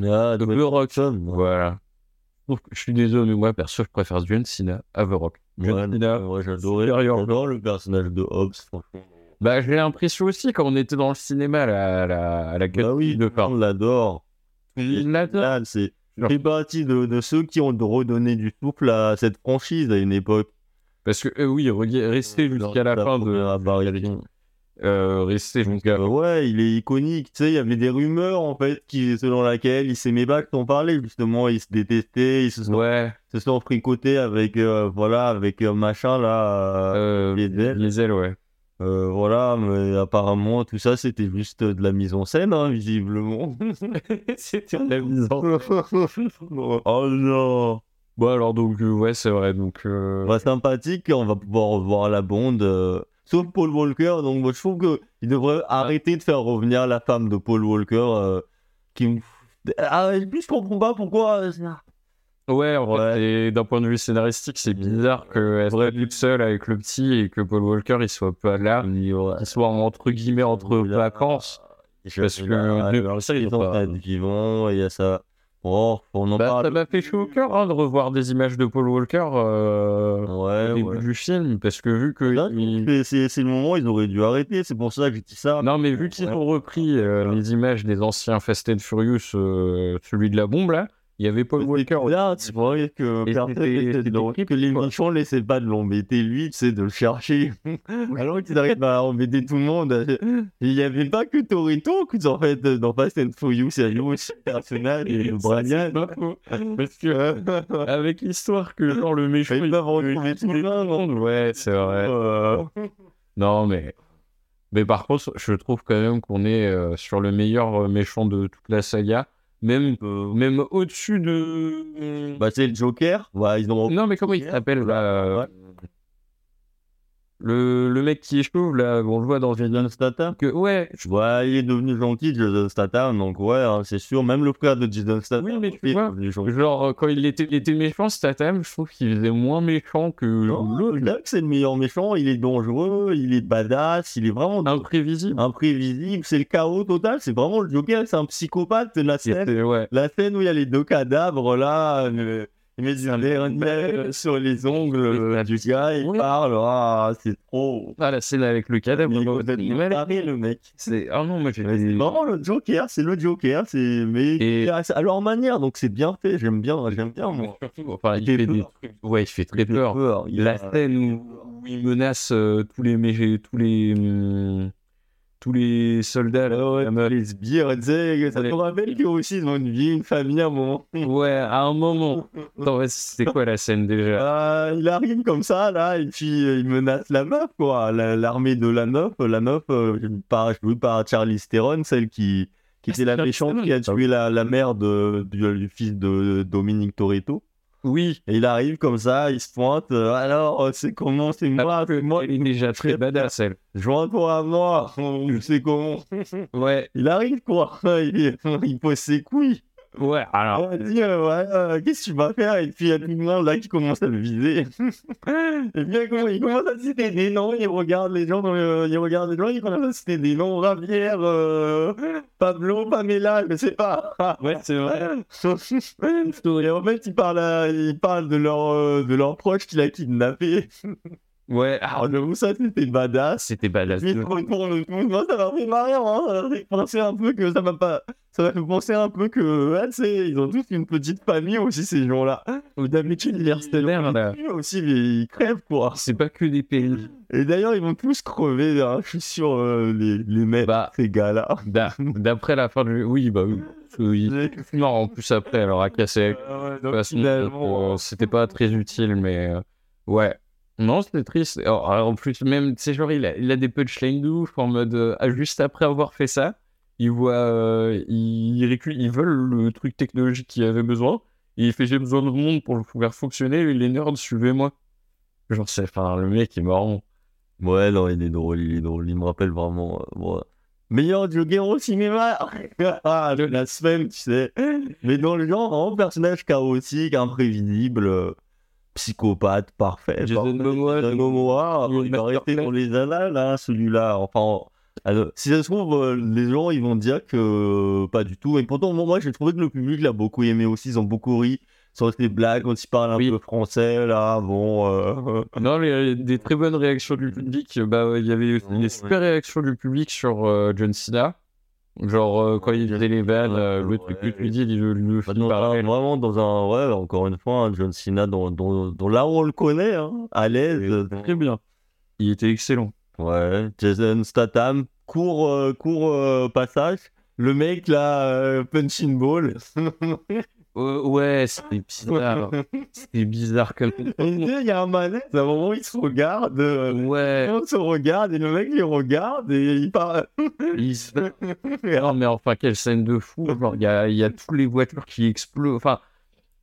Speaker 3: Ah,
Speaker 2: de
Speaker 3: Dwayne
Speaker 2: The Rock
Speaker 3: Johnson, ouais.
Speaker 2: voilà Ouf, je suis désolé mais moi perso je préfère John Cena à The Rock John
Speaker 3: Ouais, non,
Speaker 2: Cena
Speaker 3: ouais, j'adorais
Speaker 2: supérieur.
Speaker 3: j'adore le personnage de Hobbes, franchement.
Speaker 2: bah j'ai l'impression aussi quand on était dans le cinéma là, à la à la
Speaker 3: Bah oui,
Speaker 2: de
Speaker 3: tout le
Speaker 2: part
Speaker 3: monde l'adore.
Speaker 2: il l'adore.
Speaker 3: Là, c'est
Speaker 2: Genre.
Speaker 3: fait partie de, de ceux qui ont redonné du souffle à cette franchise à une époque.
Speaker 2: parce que euh, oui rega- rester jusqu'à la fin
Speaker 3: première
Speaker 2: de
Speaker 3: apparition.
Speaker 2: euh, rester
Speaker 3: Donc,
Speaker 2: jusqu'à
Speaker 3: euh, ouais, il est iconique. Tu sais, il y avait des rumeurs en fait, qui, selon laquelle il s'aimait pas que t'en parlais. Justement, ils se détestaient, ils se sont,
Speaker 2: ouais
Speaker 3: se sont fricotés avec euh, voilà, avec euh, machin là. euh,
Speaker 2: euh,
Speaker 3: les ailes.
Speaker 2: les ailes ouais
Speaker 3: Euh, voilà, mais apparemment, tout ça, c'était juste de la mise en scène, hein, visiblement.
Speaker 2: C'était la mise en
Speaker 3: oh non
Speaker 2: Bon alors donc euh, ouais c'est vrai donc euh,
Speaker 3: Bah, sympathique, on va pouvoir revoir la bande. euh, Sauf Paul Walker, donc moi, je trouve qu'il devrait arrêter de faire revenir la femme de Paul Walker. euh, qui... me- Ah, et puis je comprends pas pourquoi. euh,
Speaker 2: ouais, en fait,
Speaker 3: Ouais.
Speaker 2: et d'un point de vue scénaristique c'est bizarre qu'elle soit
Speaker 3: Ouais.
Speaker 2: toute seule avec le petit et que Paul Walker Ah, il soit pas là qu'il soit entre guillemets entre
Speaker 3: Oula.
Speaker 2: vacances
Speaker 3: Je-
Speaker 2: parce que
Speaker 3: là,
Speaker 2: euh,
Speaker 3: alors,
Speaker 2: ça, ils
Speaker 3: ils
Speaker 2: ont
Speaker 3: ont
Speaker 2: pas-
Speaker 3: pas de vivant, il y a ça. Oh, on en
Speaker 2: Bah,
Speaker 3: parle.
Speaker 2: ça m'a fait chaud au cœur hein, de revoir des images de Paul Walker euh,
Speaker 3: Ouais,
Speaker 2: au début
Speaker 3: ouais.
Speaker 2: du film parce que vu que
Speaker 3: Là,
Speaker 2: il-
Speaker 3: c'est- c'est c'est le moment, ils auraient dû arrêter, c'est pour ça que j'ai dit ça.
Speaker 2: Non, mais vu qu'ils
Speaker 3: Ouais.
Speaker 2: ont repris euh,
Speaker 3: Ouais.
Speaker 2: les images des anciens Fast and Furious, euh, celui de la bombe là, il y avait Paul Walker.
Speaker 3: C'était Là, c'est vrai que
Speaker 2: Et
Speaker 3: personne
Speaker 2: c'était-
Speaker 3: n'essaie de
Speaker 2: c'était
Speaker 3: le-
Speaker 2: écrit,
Speaker 3: que les
Speaker 2: quoi.
Speaker 3: méchants ne laissaient pas de l'embêter, lui, c'est de le chercher. Alors qu'ils arrivent à embêter tout le monde. Il n'y avait pas que Torito, que, en fait, dans Fast and Furious, il y avait aussi le personnage et le
Speaker 2: Ça,
Speaker 3: Brian.
Speaker 2: c'est pas faux. Parce que
Speaker 3: Ils
Speaker 2: Avec l'histoire que genre le méchant il
Speaker 3: peuvent
Speaker 2: il-
Speaker 3: retrouver tout le monde.
Speaker 2: Ouais, c'est vrai.
Speaker 3: Euh,
Speaker 2: Non, mais mais par contre, je trouve quand même qu'on est euh, sur le meilleur euh, méchant de toute la saga. Même, même au-dessus de.
Speaker 3: Bah, c'est le Joker. Ouais, ils ont.
Speaker 2: non, mais comment il s'appelle là euh,
Speaker 3: Ouais.
Speaker 2: le, le mec qui est chauve, là, on le voit dans
Speaker 3: Jason Statham.
Speaker 2: que Ouais, je-
Speaker 3: Ouais, il est devenu gentil, Jason Statham. Donc, ouais, hein, c'est sûr. Même le frère de Jason Statham.
Speaker 2: Oui, mais tu
Speaker 3: il est
Speaker 2: vois,
Speaker 3: devenu gentil.
Speaker 2: genre, euh, quand il était, il était méchant, Statham, je trouve qu'il faisait moins méchant que
Speaker 3: Non,
Speaker 2: l'autre.
Speaker 3: là, c'est le meilleur méchant. Il est dangereux, il est badass, il est vraiment
Speaker 2: Ah, Imprévisible.
Speaker 3: imprévisible. C'est le chaos total. C'est vraiment le Joker. C'est un psychopathe. C'est la scène
Speaker 2: C'était- ouais.
Speaker 3: La scène où il y a les deux cadavres là, euh, il met du vernis sur les ongles euh, du gars, il
Speaker 2: Oui.
Speaker 3: parle, ah, c'est trop.
Speaker 2: Ah, la scène avec le cadavre.
Speaker 3: Il est
Speaker 2: dans le
Speaker 3: complètement
Speaker 2: animal,
Speaker 3: taré, le mec.
Speaker 2: C'est. Ah non, moi j'ai.
Speaker 3: Mais C'est vraiment le Joker, c'est le Joker, c'est mais
Speaker 2: Et-
Speaker 3: à leur manière, donc c'est bien fait, j'aime bien, j'aime bien moi.
Speaker 2: Surtout, enfin, il
Speaker 3: Il fait
Speaker 2: fait des
Speaker 3: peur.
Speaker 2: trucs- Ouais, il fait très
Speaker 3: J'ai
Speaker 2: peur.
Speaker 3: il
Speaker 2: la
Speaker 3: a-
Speaker 2: scène où, où il menace euh, tous les mégé- tous les hum, tous les soldats là,
Speaker 3: Ah ouais,
Speaker 2: la meuf.
Speaker 3: les sbires, tu sais, ça
Speaker 2: Ouais.
Speaker 3: te rappelle que aussi ils ont une vie, une famille à un moment.
Speaker 2: ouais à un moment attends ouais, c'était quoi la scène déjà
Speaker 3: Euh, il arrive comme ça, là, et puis euh, il menace la meuf, quoi. La- L'armée de la meuf, la meuf, euh, par, jouée par Charlie Theron, celle qui,
Speaker 2: Ah,
Speaker 3: qui était la
Speaker 2: Charlize
Speaker 3: méchante
Speaker 2: Theron.
Speaker 3: qui a tué la, la mère de, du, du fils de Dominique Toretto.
Speaker 2: oui
Speaker 3: Et il arrive comme ça, il se pointe. euh, alors, euh, c'est comment C'est
Speaker 2: Ah,
Speaker 3: moi, c'est moi.
Speaker 2: elle est déjà très badass elle
Speaker 3: Joins-toi à moi. Je sais comment.
Speaker 2: ouais
Speaker 3: Il arrive, quoi. Il, il pose ses couilles.
Speaker 2: ouais alors
Speaker 3: On va dire, ouais, euh, qu'est-ce que tu vas faire Et puis il y a tout le monde là qui commence à le viser. Et bien, comment- il commence à citer des noms, il regarde les gens, euh, il regarde les gens, il commence à citer des noms, Javier, euh, Pablo, Pamela, je sais pas.
Speaker 2: ouais c'est vrai
Speaker 3: Et en fait, il parle, à- il parle de leur, euh, de leur proche qu'il a kidnappé.
Speaker 2: ouais ah,
Speaker 3: Alors, j'avoue, ça, c'était badass.
Speaker 2: c'était badass
Speaker 3: Puis il se retourne, tout. moi, ça m'a fait marrer, hein. Ça m'a fait penser un peu que ça m'a pas. Ça m'a fait penser un peu que, ah, tu sais, ils ont tous une petite famille aussi, ces gens-là. D'habitude, ils restent
Speaker 2: Merde, là.
Speaker 3: aussi, mais ils crèvent, quoi.
Speaker 2: c'est pas que des pays
Speaker 3: Et d'ailleurs, ils vont tous crever, hein. je suis sûr, euh, les, les mecs,
Speaker 2: Bah.
Speaker 3: ces gars-là.
Speaker 2: D'a- d'après la fin du oui bah oui Oui.
Speaker 3: Ouais,
Speaker 2: non en plus après elle aura cassé
Speaker 3: Ah
Speaker 2: Euh,
Speaker 3: ouais,
Speaker 2: De
Speaker 3: donc,
Speaker 2: toute façon,
Speaker 3: finalement,
Speaker 2: euh, c'était pas très utile, mais euh, ouais. Non, c'était triste. Alors, alors, en plus, même, tu sais, genre, il a, il a des punchlines de ouf en mode, euh, ah, juste après avoir fait ça, ils voient, euh, ils, ils récu- ils veulent le truc technologique qu'il avait besoin, et il fait, j'ai besoin de monde pour le faire fonctionner, les nerds, suivez-moi. Genre, c'est, enfin, le mec est marrant.
Speaker 3: Ouais, non, il est drôle, il est drôle, il me rappelle vraiment. euh, moi. Meilleur Joker au cinéma Ah, le blasphème, tu sais. Mais dans le genre, vraiment personnage chaotique, imprévisible, euh, psychopathe, parfait.
Speaker 2: Jason
Speaker 3: Parfait.
Speaker 2: Momoa,
Speaker 3: Jason
Speaker 2: donc,
Speaker 3: Momoa,
Speaker 2: ou une
Speaker 3: il va rester
Speaker 2: masterclass.
Speaker 3: dans les annales, hein, celui-là. Enfin, alors, si ça se trouve, euh, les gens, ils vont dire que euh, pas du tout. Et pourtant, moi, moi, j'ai trouvé que le public l'a beaucoup aimé aussi, ils ont beaucoup ri. Sur ces blagues, quand ils parlent un
Speaker 2: Oui.
Speaker 3: peu français, là, bon. euh,
Speaker 2: Non, les- des très bonnes réactions du public. euh, Bah, il y avait
Speaker 3: Non,
Speaker 2: des super réactions du public sur euh, John Cena. Genre, euh, quand il faisait les vannes, euh, le truc que tu dis, le, le
Speaker 3: Bah,
Speaker 2: film
Speaker 3: dans un-
Speaker 2: parallèle.
Speaker 3: vraiment dans un ouais encore une fois un John Cena dans, dans, dans là où on le connaît hein, à l'aise
Speaker 2: Très bien. Il était excellent.
Speaker 3: ouais Jason Statham court euh, court euh, passage le mec là euh, punching ball
Speaker 2: Euh, ouais, c'était bizarre. c'était bizarre comme.
Speaker 3: Et tu sais, il y a un malaise à un moment ils se regardent euh,
Speaker 2: Ouais,
Speaker 3: on se regarde et le mec il regarde et il euh, parle
Speaker 2: il se- Non, mais enfin, quelle scène de fou. Genre, il y a, il y a toutes les voitures qui explosent. Enfin,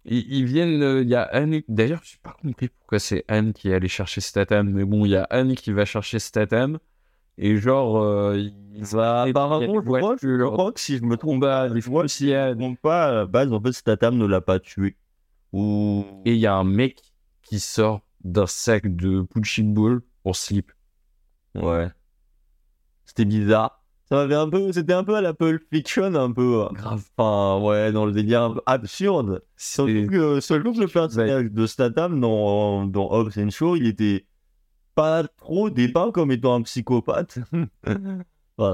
Speaker 2: ils, ils viennent. euh, Il y a Anne. D'ailleurs, je n'ai pas compris pourquoi c'est Anne qui est allée chercher Statham. Mais bon, il y a Anne qui va chercher Statham. Et genre, euh, ils
Speaker 3: bah
Speaker 2: il y a des
Speaker 3: apparemment je crois,
Speaker 2: voitures,
Speaker 3: je crois que si je me trompe
Speaker 2: combat,
Speaker 3: pas
Speaker 2: des
Speaker 3: je crois que si je
Speaker 2: fusillades.
Speaker 3: me trompe pas à la base en fait Statham ne l'a pas tué ou
Speaker 2: Et il y a un mec qui sort d'un sac de punching ball en slip.
Speaker 3: Ouais. C'était bizarre. Ça m'avait un peu, c'était un peu à la Pulp Fiction, un peu. hein.
Speaker 2: Grave.
Speaker 3: Enfin, ouais, dans le délire un peu absurde. Surtout
Speaker 2: C'est
Speaker 3: que, surtout que le personnage de Statham dans, dans Hobbs and Shaw, il était pas trop dépeint comme étant un psychopathe. Enfin,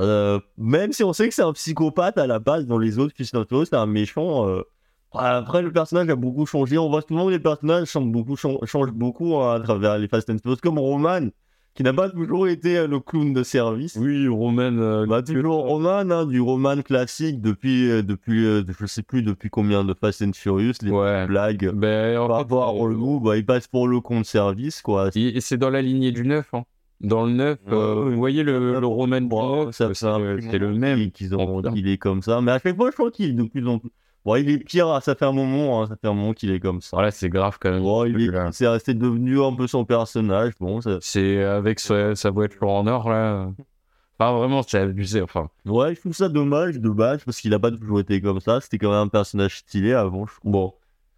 Speaker 3: euh, même si on sait que c'est un psychopathe à la base, dans les autres Christophe Nolan, c'est un méchant. euh. Après, le personnage a beaucoup changé. On voit souvent que les personnages changent beaucoup, chan- changent beaucoup hein, à travers les Fast and Furious, comme Roman, qui n'a pas toujours été euh, le clown de service.
Speaker 2: Oui, Roman. euh,
Speaker 3: Bah, toujours Roman, hein, du Roman classique depuis, euh, depuis euh, je sais plus depuis combien de Fast and Furious, les
Speaker 2: Ouais.
Speaker 3: blagues
Speaker 2: Ben, en
Speaker 3: par
Speaker 2: fait,
Speaker 3: rapport au
Speaker 2: euh,
Speaker 3: goût, bah, il passe pour le compte service, quoi.
Speaker 2: Et et c'est dans la lignée du 9. hein. Dans le 9,
Speaker 3: Ouais,
Speaker 2: euh,
Speaker 3: ouais.
Speaker 2: vous voyez le,
Speaker 3: Ouais,
Speaker 2: le Roman
Speaker 3: Bon,
Speaker 2: Brock,
Speaker 3: ça
Speaker 2: c'est
Speaker 3: fait un
Speaker 2: euh,
Speaker 3: petit
Speaker 2: c'est le
Speaker 3: moment
Speaker 2: même.
Speaker 3: qu'ils ont-
Speaker 2: Oh, putain.
Speaker 3: il est comme ça, mais à chaque fois, je crois qu'il est de plus en plus. Bon, il est pire, ah, ça fait un moment, hein, ça fait un moment qu'il est comme ça.
Speaker 2: Voilà, c'est grave quand même.
Speaker 3: Bon, il
Speaker 2: Là.
Speaker 3: est, c'est resté devenu un peu son personnage. Bon, ça-
Speaker 2: C'est avec sa, sa boîte Laurent Nord, là. Pas vraiment, c'est abusé, enfin.
Speaker 3: ouais, je trouve ça dommage de base parce qu'il a pas toujours été comme ça. C'était quand même un personnage stylé avant. je-
Speaker 2: Bon.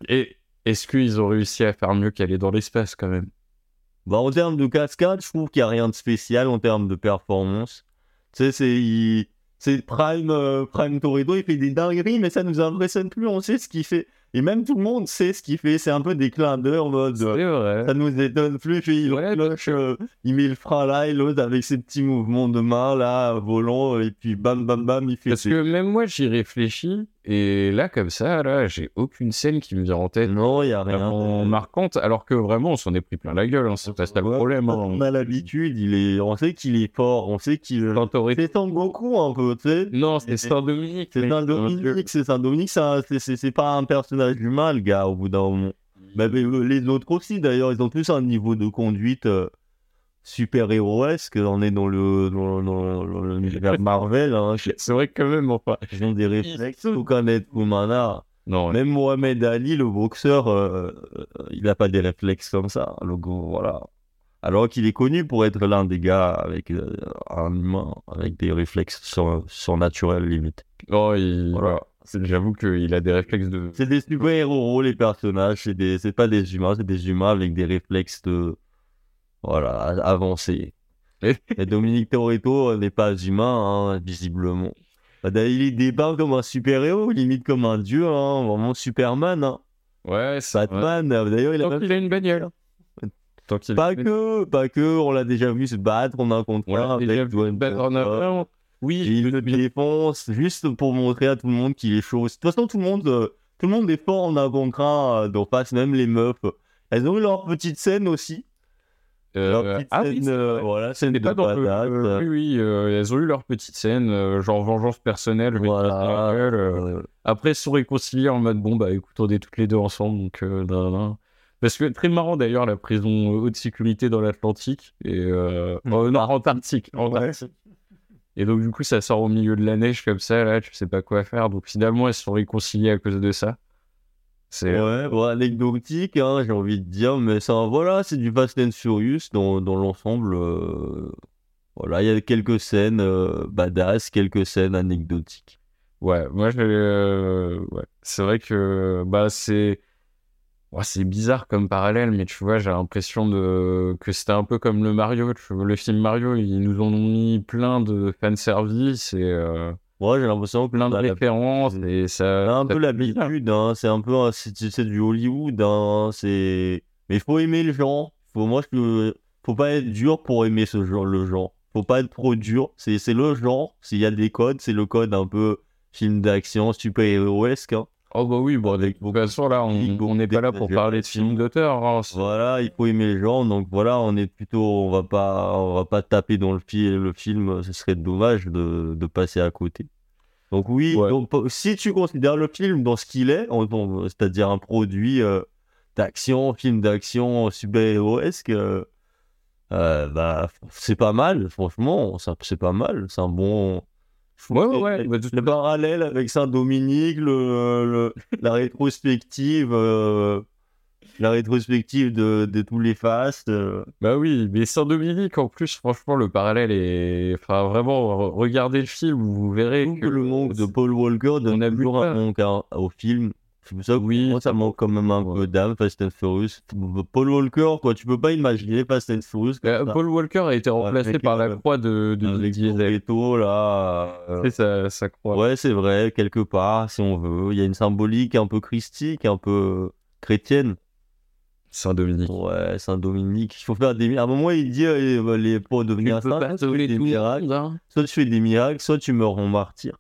Speaker 2: Et est-ce qu'ils ont réussi à faire mieux qu'aller dans l'espace, quand même
Speaker 3: Bah, en termes de cascade, je trouve qu'il n'y a rien de spécial en termes de performance. Tu sais, c'est il- c'est Prime, euh, Prime Torredo, il fait des dingueries, mais ça nous impressionne plus, on sait ce qu'il fait. Et même tout le monde sait ce qu'il fait, c'est un peu des clins d'œil en mode. euh,
Speaker 2: C'est vrai.
Speaker 3: Ça nous étonne plus, puis il
Speaker 2: Ouais,
Speaker 3: cloche, euh, il met le frein là et l'autre avec ses petits mouvements de main là, volant, euh, et puis bam bam bam, il fait
Speaker 2: Parce
Speaker 3: ses-
Speaker 2: que même moi, j'y réfléchis, et là, comme ça, là, j'ai aucune scène qui me vient en tête
Speaker 3: Non, il n'y a rien.
Speaker 2: vraiment marquante, alors que vraiment, on s'en est pris plein la gueule, hein, c'est pas ça le
Speaker 3: Ouais,
Speaker 2: problème.
Speaker 3: On
Speaker 2: hein.
Speaker 3: a l'habitude, il est... on sait qu'il est fort, on sait qu'il.
Speaker 2: Quand t'aurais-
Speaker 3: C'est Sangoku un peu, tu sais.
Speaker 2: Non, c'est Saint-Dominique.
Speaker 3: C'est
Speaker 2: mais-
Speaker 3: un Dominique, c'est un Dominique, c'est un- c'est- c'est c'est pas un personnage humain, le gars, au bout d'un moment. Bah, mais, euh, les autres aussi, d'ailleurs, ils ont plus un niveau de conduite euh, super-héroesque. On est dans le dans, dans- dans l'univers Marvel, hein, je-
Speaker 2: C'est vrai que quand même, enfin.
Speaker 3: ils ont des réflexes, faut connaître Kumana.
Speaker 2: Non,
Speaker 3: Même Mohamed Ali, le boxeur, euh, euh, il n'a pas des réflexes comme ça, le gros, voilà. Alors qu'il est connu pour être l'un des gars avec euh, un humain, avec des réflexes sur- surnaturels, limite.
Speaker 2: oh, il-
Speaker 3: Voilà.
Speaker 2: c'est- j'avoue qu'il a des réflexes de.
Speaker 3: C'est des super-héros, les personnages. C'est des... c'est pas des humains, c'est des humains avec des réflexes de. Voilà, a- avancés. Et Dominique Toretto euh, n'est pas humain, hein, visiblement. Bah, d'ailleurs, il est dépeint comme un super-héros, limite comme un dieu, hein, vraiment Superman. hein.
Speaker 2: Ouais, ça.
Speaker 3: Batman, euh, d'ailleurs, il a
Speaker 2: Tant
Speaker 3: même...
Speaker 2: qu'il a une bagnole. Tant qu'il
Speaker 3: Pas que, pas que, on l'a déjà vu se battre, on a un contre
Speaker 2: On l'a
Speaker 3: un
Speaker 2: déjà
Speaker 3: avec
Speaker 2: vu
Speaker 3: Dwayne
Speaker 2: Batman en
Speaker 3: Johnson.
Speaker 2: avant. Oui,
Speaker 3: Et il
Speaker 2: je-
Speaker 3: le défonce juste pour montrer à tout le monde qu'il est chaud. De toute façon, tout le monde, euh, tout le monde est fort en avant-train euh, dans passe, même les meufs. Elles ont eu leur petite scène aussi.
Speaker 2: euh,
Speaker 3: leur petite
Speaker 2: ah oui,
Speaker 3: scène,
Speaker 2: c'est
Speaker 3: euh,
Speaker 2: vrai.
Speaker 3: voilà, scène
Speaker 2: C'était
Speaker 3: de
Speaker 2: pas dans le-
Speaker 3: patate.
Speaker 2: euh, oui, oui, euh, elles ont eu leur petite scène, euh, genre vengeance personnelle. mais
Speaker 3: Voilà.
Speaker 2: dans la gueule, euh.
Speaker 3: Euh,
Speaker 2: Après, elles se sont réconciliées en mode bon, bah écoute, on est toutes les deux ensemble, donc. euh, nan, nan. Parce que très marrant d'ailleurs, la prison euh, haute sécurité dans l'Atlantique et. euh, oh, non, en Antarctique. en
Speaker 3: Ouais.
Speaker 2: Antarctique. Et donc, du coup, ça sort au milieu de la neige comme ça, là, tu sais pas quoi faire. Donc, finalement, elles se sont réconciliées à cause de ça. C'est. euh,
Speaker 3: Ouais, bon, anecdotique, hein, j'ai envie de dire, mais ça, voilà, c'est du Fast and Furious dans, dans l'ensemble. euh, Voilà, il y a quelques scènes euh, badass, quelques scènes anecdotiques.
Speaker 2: Ouais, moi, je, euh, ouais. c'est vrai que bah, c'est ouais, c'est bizarre comme parallèle, mais tu vois, j'ai l'impression de... que c'était un peu comme le Mario. tu vois, le film Mario, ils nous en ont mis plein de fanservice et euh,
Speaker 3: Moi, j'ai l'impression que
Speaker 2: plein de
Speaker 3: bah, la-
Speaker 2: références. Et
Speaker 3: On a
Speaker 2: ça,
Speaker 3: un peu l'habitude, hein, c'est un peu un- c'est c'est du Hollywood, hein, c'est mais faut aimer le genre. Faut moi je faut pas être dur pour aimer ce genre le genre. Faut pas être trop dur. C'est c'est le genre. S'il y a des codes, c'est le code un peu film d'action super héroesque. hein.
Speaker 2: Oh, bah oui, bon, de toute façon, là, on
Speaker 3: beaucoup
Speaker 2: on n'est pas là pour parler de
Speaker 3: d'exagération.
Speaker 2: films d'auteur. hein, c'est-
Speaker 3: Voilà, il faut aimer le genre. Donc voilà, on est plutôt on va pas on va pas taper dans le film. Le film, ce serait dommage de, de passer à côté. Donc oui,
Speaker 2: Ouais.
Speaker 3: donc, po- si tu considères le film dans ce qu'il est, en- en- c'est-à-dire un produit euh, d'action, film d'action super-héroesque, euh, euh, bah c'est pas mal, franchement, ça- c'est pas mal, c'est un bon. je trouve
Speaker 2: Ouais,
Speaker 3: que-
Speaker 2: ouais, ouais. bah, de-
Speaker 3: le parallèle avec Saint-Dominique, le, le- la rétrospective, euh, la rétrospective de, de tous les fastes. euh.
Speaker 2: Bah oui, mais sans Dominique, en plus, franchement, le parallèle est. Enfin, vraiment, re- regardez le film, vous verrez
Speaker 3: Je trouve
Speaker 2: que.
Speaker 3: que le manque de Paul Walker donne
Speaker 2: on abuse
Speaker 3: toujours un
Speaker 2: pas.
Speaker 3: manque à- au film. C'est pour ça que
Speaker 2: Oui,
Speaker 3: pour moi, ça
Speaker 2: ça
Speaker 3: manque quand même un
Speaker 2: ouais.
Speaker 3: peu d'âme, Fast and Furious. Paul Walker, quoi, tu peux pas imaginer Fast and Furious comme
Speaker 2: Euh,
Speaker 3: ça,
Speaker 2: Paul Walker a été remplacé
Speaker 3: Ah. avec,
Speaker 2: par la
Speaker 3: euh,
Speaker 2: croix de, de
Speaker 3: avec
Speaker 2: Diesel.
Speaker 3: Toretto, là. euh,
Speaker 2: C'est sa, sa croix.
Speaker 3: Ouais, c'est vrai, quelque part, si on veut. Il y a une symbolique un peu christique, un peu chrétienne.
Speaker 2: Saint-Dominique.
Speaker 3: Ouais, Saint-Dominique. Il faut faire des. À un moment, il dit euh, euh, les... pour
Speaker 2: Tu
Speaker 3: devenir
Speaker 2: peux
Speaker 3: saint,
Speaker 2: pas
Speaker 3: soit tu
Speaker 2: sauver
Speaker 3: fais des
Speaker 2: tout le
Speaker 3: miracles,
Speaker 2: monde, hein.
Speaker 3: soit tu fais des miracles, soit tu meurs en martyr.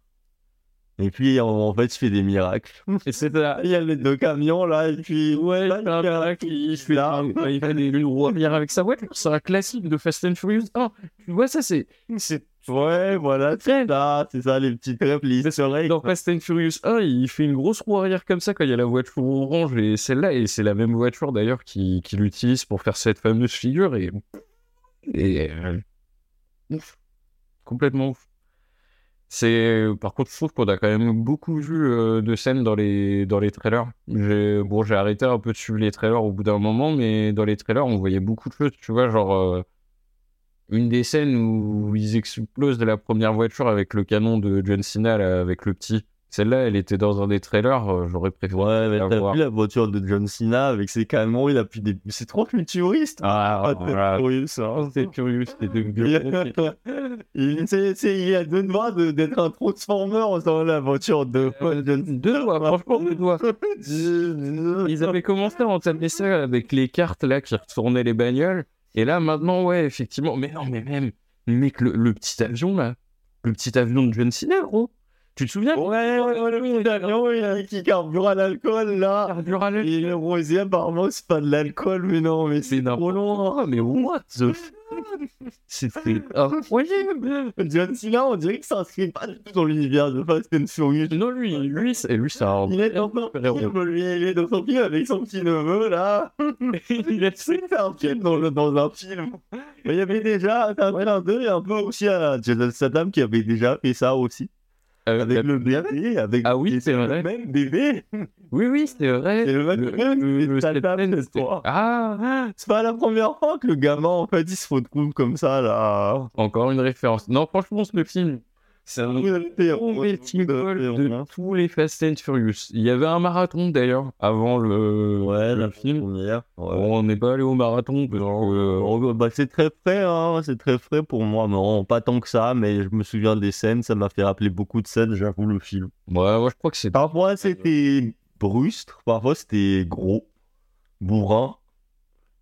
Speaker 3: Et puis, en, en fait, tu fais des miracles.
Speaker 2: Et c'est ça.
Speaker 3: Il y a les deux camions là, et puis.
Speaker 2: Ah. Ouais,
Speaker 3: là,
Speaker 2: c'est un miracle, il fait,
Speaker 3: là.
Speaker 2: un- il fait des une roue arrière avec sa voiture. C'est un classique de Fast and Furious. Oh, tu vois, ça, c'est. c'est-
Speaker 3: Ouais, voilà, c'est ça, c'est ça, les petites répliques. C'est vrai.
Speaker 2: Dans Fast and Furious 1, il fait une grosse roue arrière comme ça quand il y a la voiture orange et celle-là. Et c'est la même voiture d'ailleurs qu'il qui utilise pour faire cette fameuse figure. Et. Et. euh, Ouf. Complètement ouf. C'est par contre, je trouve qu'on a quand même beaucoup vu euh, de scènes dans les dans les trailers. J'ai bon, j'ai arrêté un peu de suivre les trailers au bout d'un moment, mais dans les trailers, on voyait beaucoup de choses. Tu vois, genre euh, une des scènes où ils explosent de la première voiture avec le canon de John Cena là, avec le petit. Celle-là, elle était dans un des trailers. euh, J'aurais préféré
Speaker 3: Ouais, mais
Speaker 2: la
Speaker 3: t'as
Speaker 2: voir.
Speaker 3: vu la voiture de John Cena avec ses canons, il appuie des. C'est trop futuriste!
Speaker 2: Ah,
Speaker 3: Ah, t'es
Speaker 2: voilà.
Speaker 3: curieux, ça.
Speaker 2: C'était curieux, c'était
Speaker 3: Il-
Speaker 2: de
Speaker 3: il, c'est- c'est- il a deux doigts de- d'être un Transformer dans la voiture de
Speaker 2: Euh,
Speaker 3: John Cena.
Speaker 2: Deux doigts, franchement deux doigts. Ils avaient commencé à entamer ça avec les cartes là qui retournaient les bagnoles. Et là maintenant, ouais, effectivement. Mais non, mais même, mec, le, le petit avion là, le petit avion de John Cena, gros. Tu te souviens
Speaker 3: Ouais, ouais, ouais, le petit avion, il a- qui carbure à l'alcool, là.
Speaker 2: Carburant-
Speaker 3: Et le rosé, apparemment, c'est pas de l'alcool, mais non, mais c'est
Speaker 2: C'est
Speaker 3: trop
Speaker 2: n'importe
Speaker 3: long.
Speaker 2: Oh, mais what the f... C'était incroyable
Speaker 3: John Cena, on dirait que ça s'inscrit pas du tout dans l'univers de Fast and Furious.
Speaker 2: Non, lui, lui, c'est lui, c'est un...
Speaker 3: Il est dans son film, lui, il est dans son film avec son petit neveu, là.
Speaker 2: Il est-
Speaker 3: C'est un film dans, le- dans un film. Mais il y avait déjà, t'as ouais. un deux, et un peu aussi à Jason Statham qui avait déjà fait ça aussi.
Speaker 2: Euh,
Speaker 3: Avec le bébé, avec
Speaker 2: Ah oui,
Speaker 3: et
Speaker 2: c'est vrai.
Speaker 3: le même bébé.
Speaker 2: Oui, oui, c'est vrai.
Speaker 3: Et le mec lui-même, il est
Speaker 2: Seth
Speaker 3: Statham,
Speaker 2: Rogen,
Speaker 3: cette
Speaker 2: c'était-
Speaker 3: fois.
Speaker 2: Ah,
Speaker 3: C'est pas la première fois que le gamin, en fait, il se retrouve comme ça, là.
Speaker 2: encore une référence. Non, franchement, ce film, c'est un
Speaker 3: Oui, t'es-
Speaker 2: convertible
Speaker 3: t'es-
Speaker 2: de tous les Fast and Furious. Il y avait un marathon d'ailleurs avant le, le
Speaker 3: Ouais, la
Speaker 2: film.
Speaker 3: première. Ouais.
Speaker 2: Bon, on n'est pas allé au marathon. parce que, euh,
Speaker 3: Oh, bah, c'est très frais, hein, c'est très frais pour moi. Non, pas tant que ça, mais je me souviens des scènes, ça m'a fait rappeler beaucoup de scènes, j'avoue, le film.
Speaker 2: ouais, moi je crois que c'est.
Speaker 3: Parfois c'était brusque, parfois c'était gros, bourrin.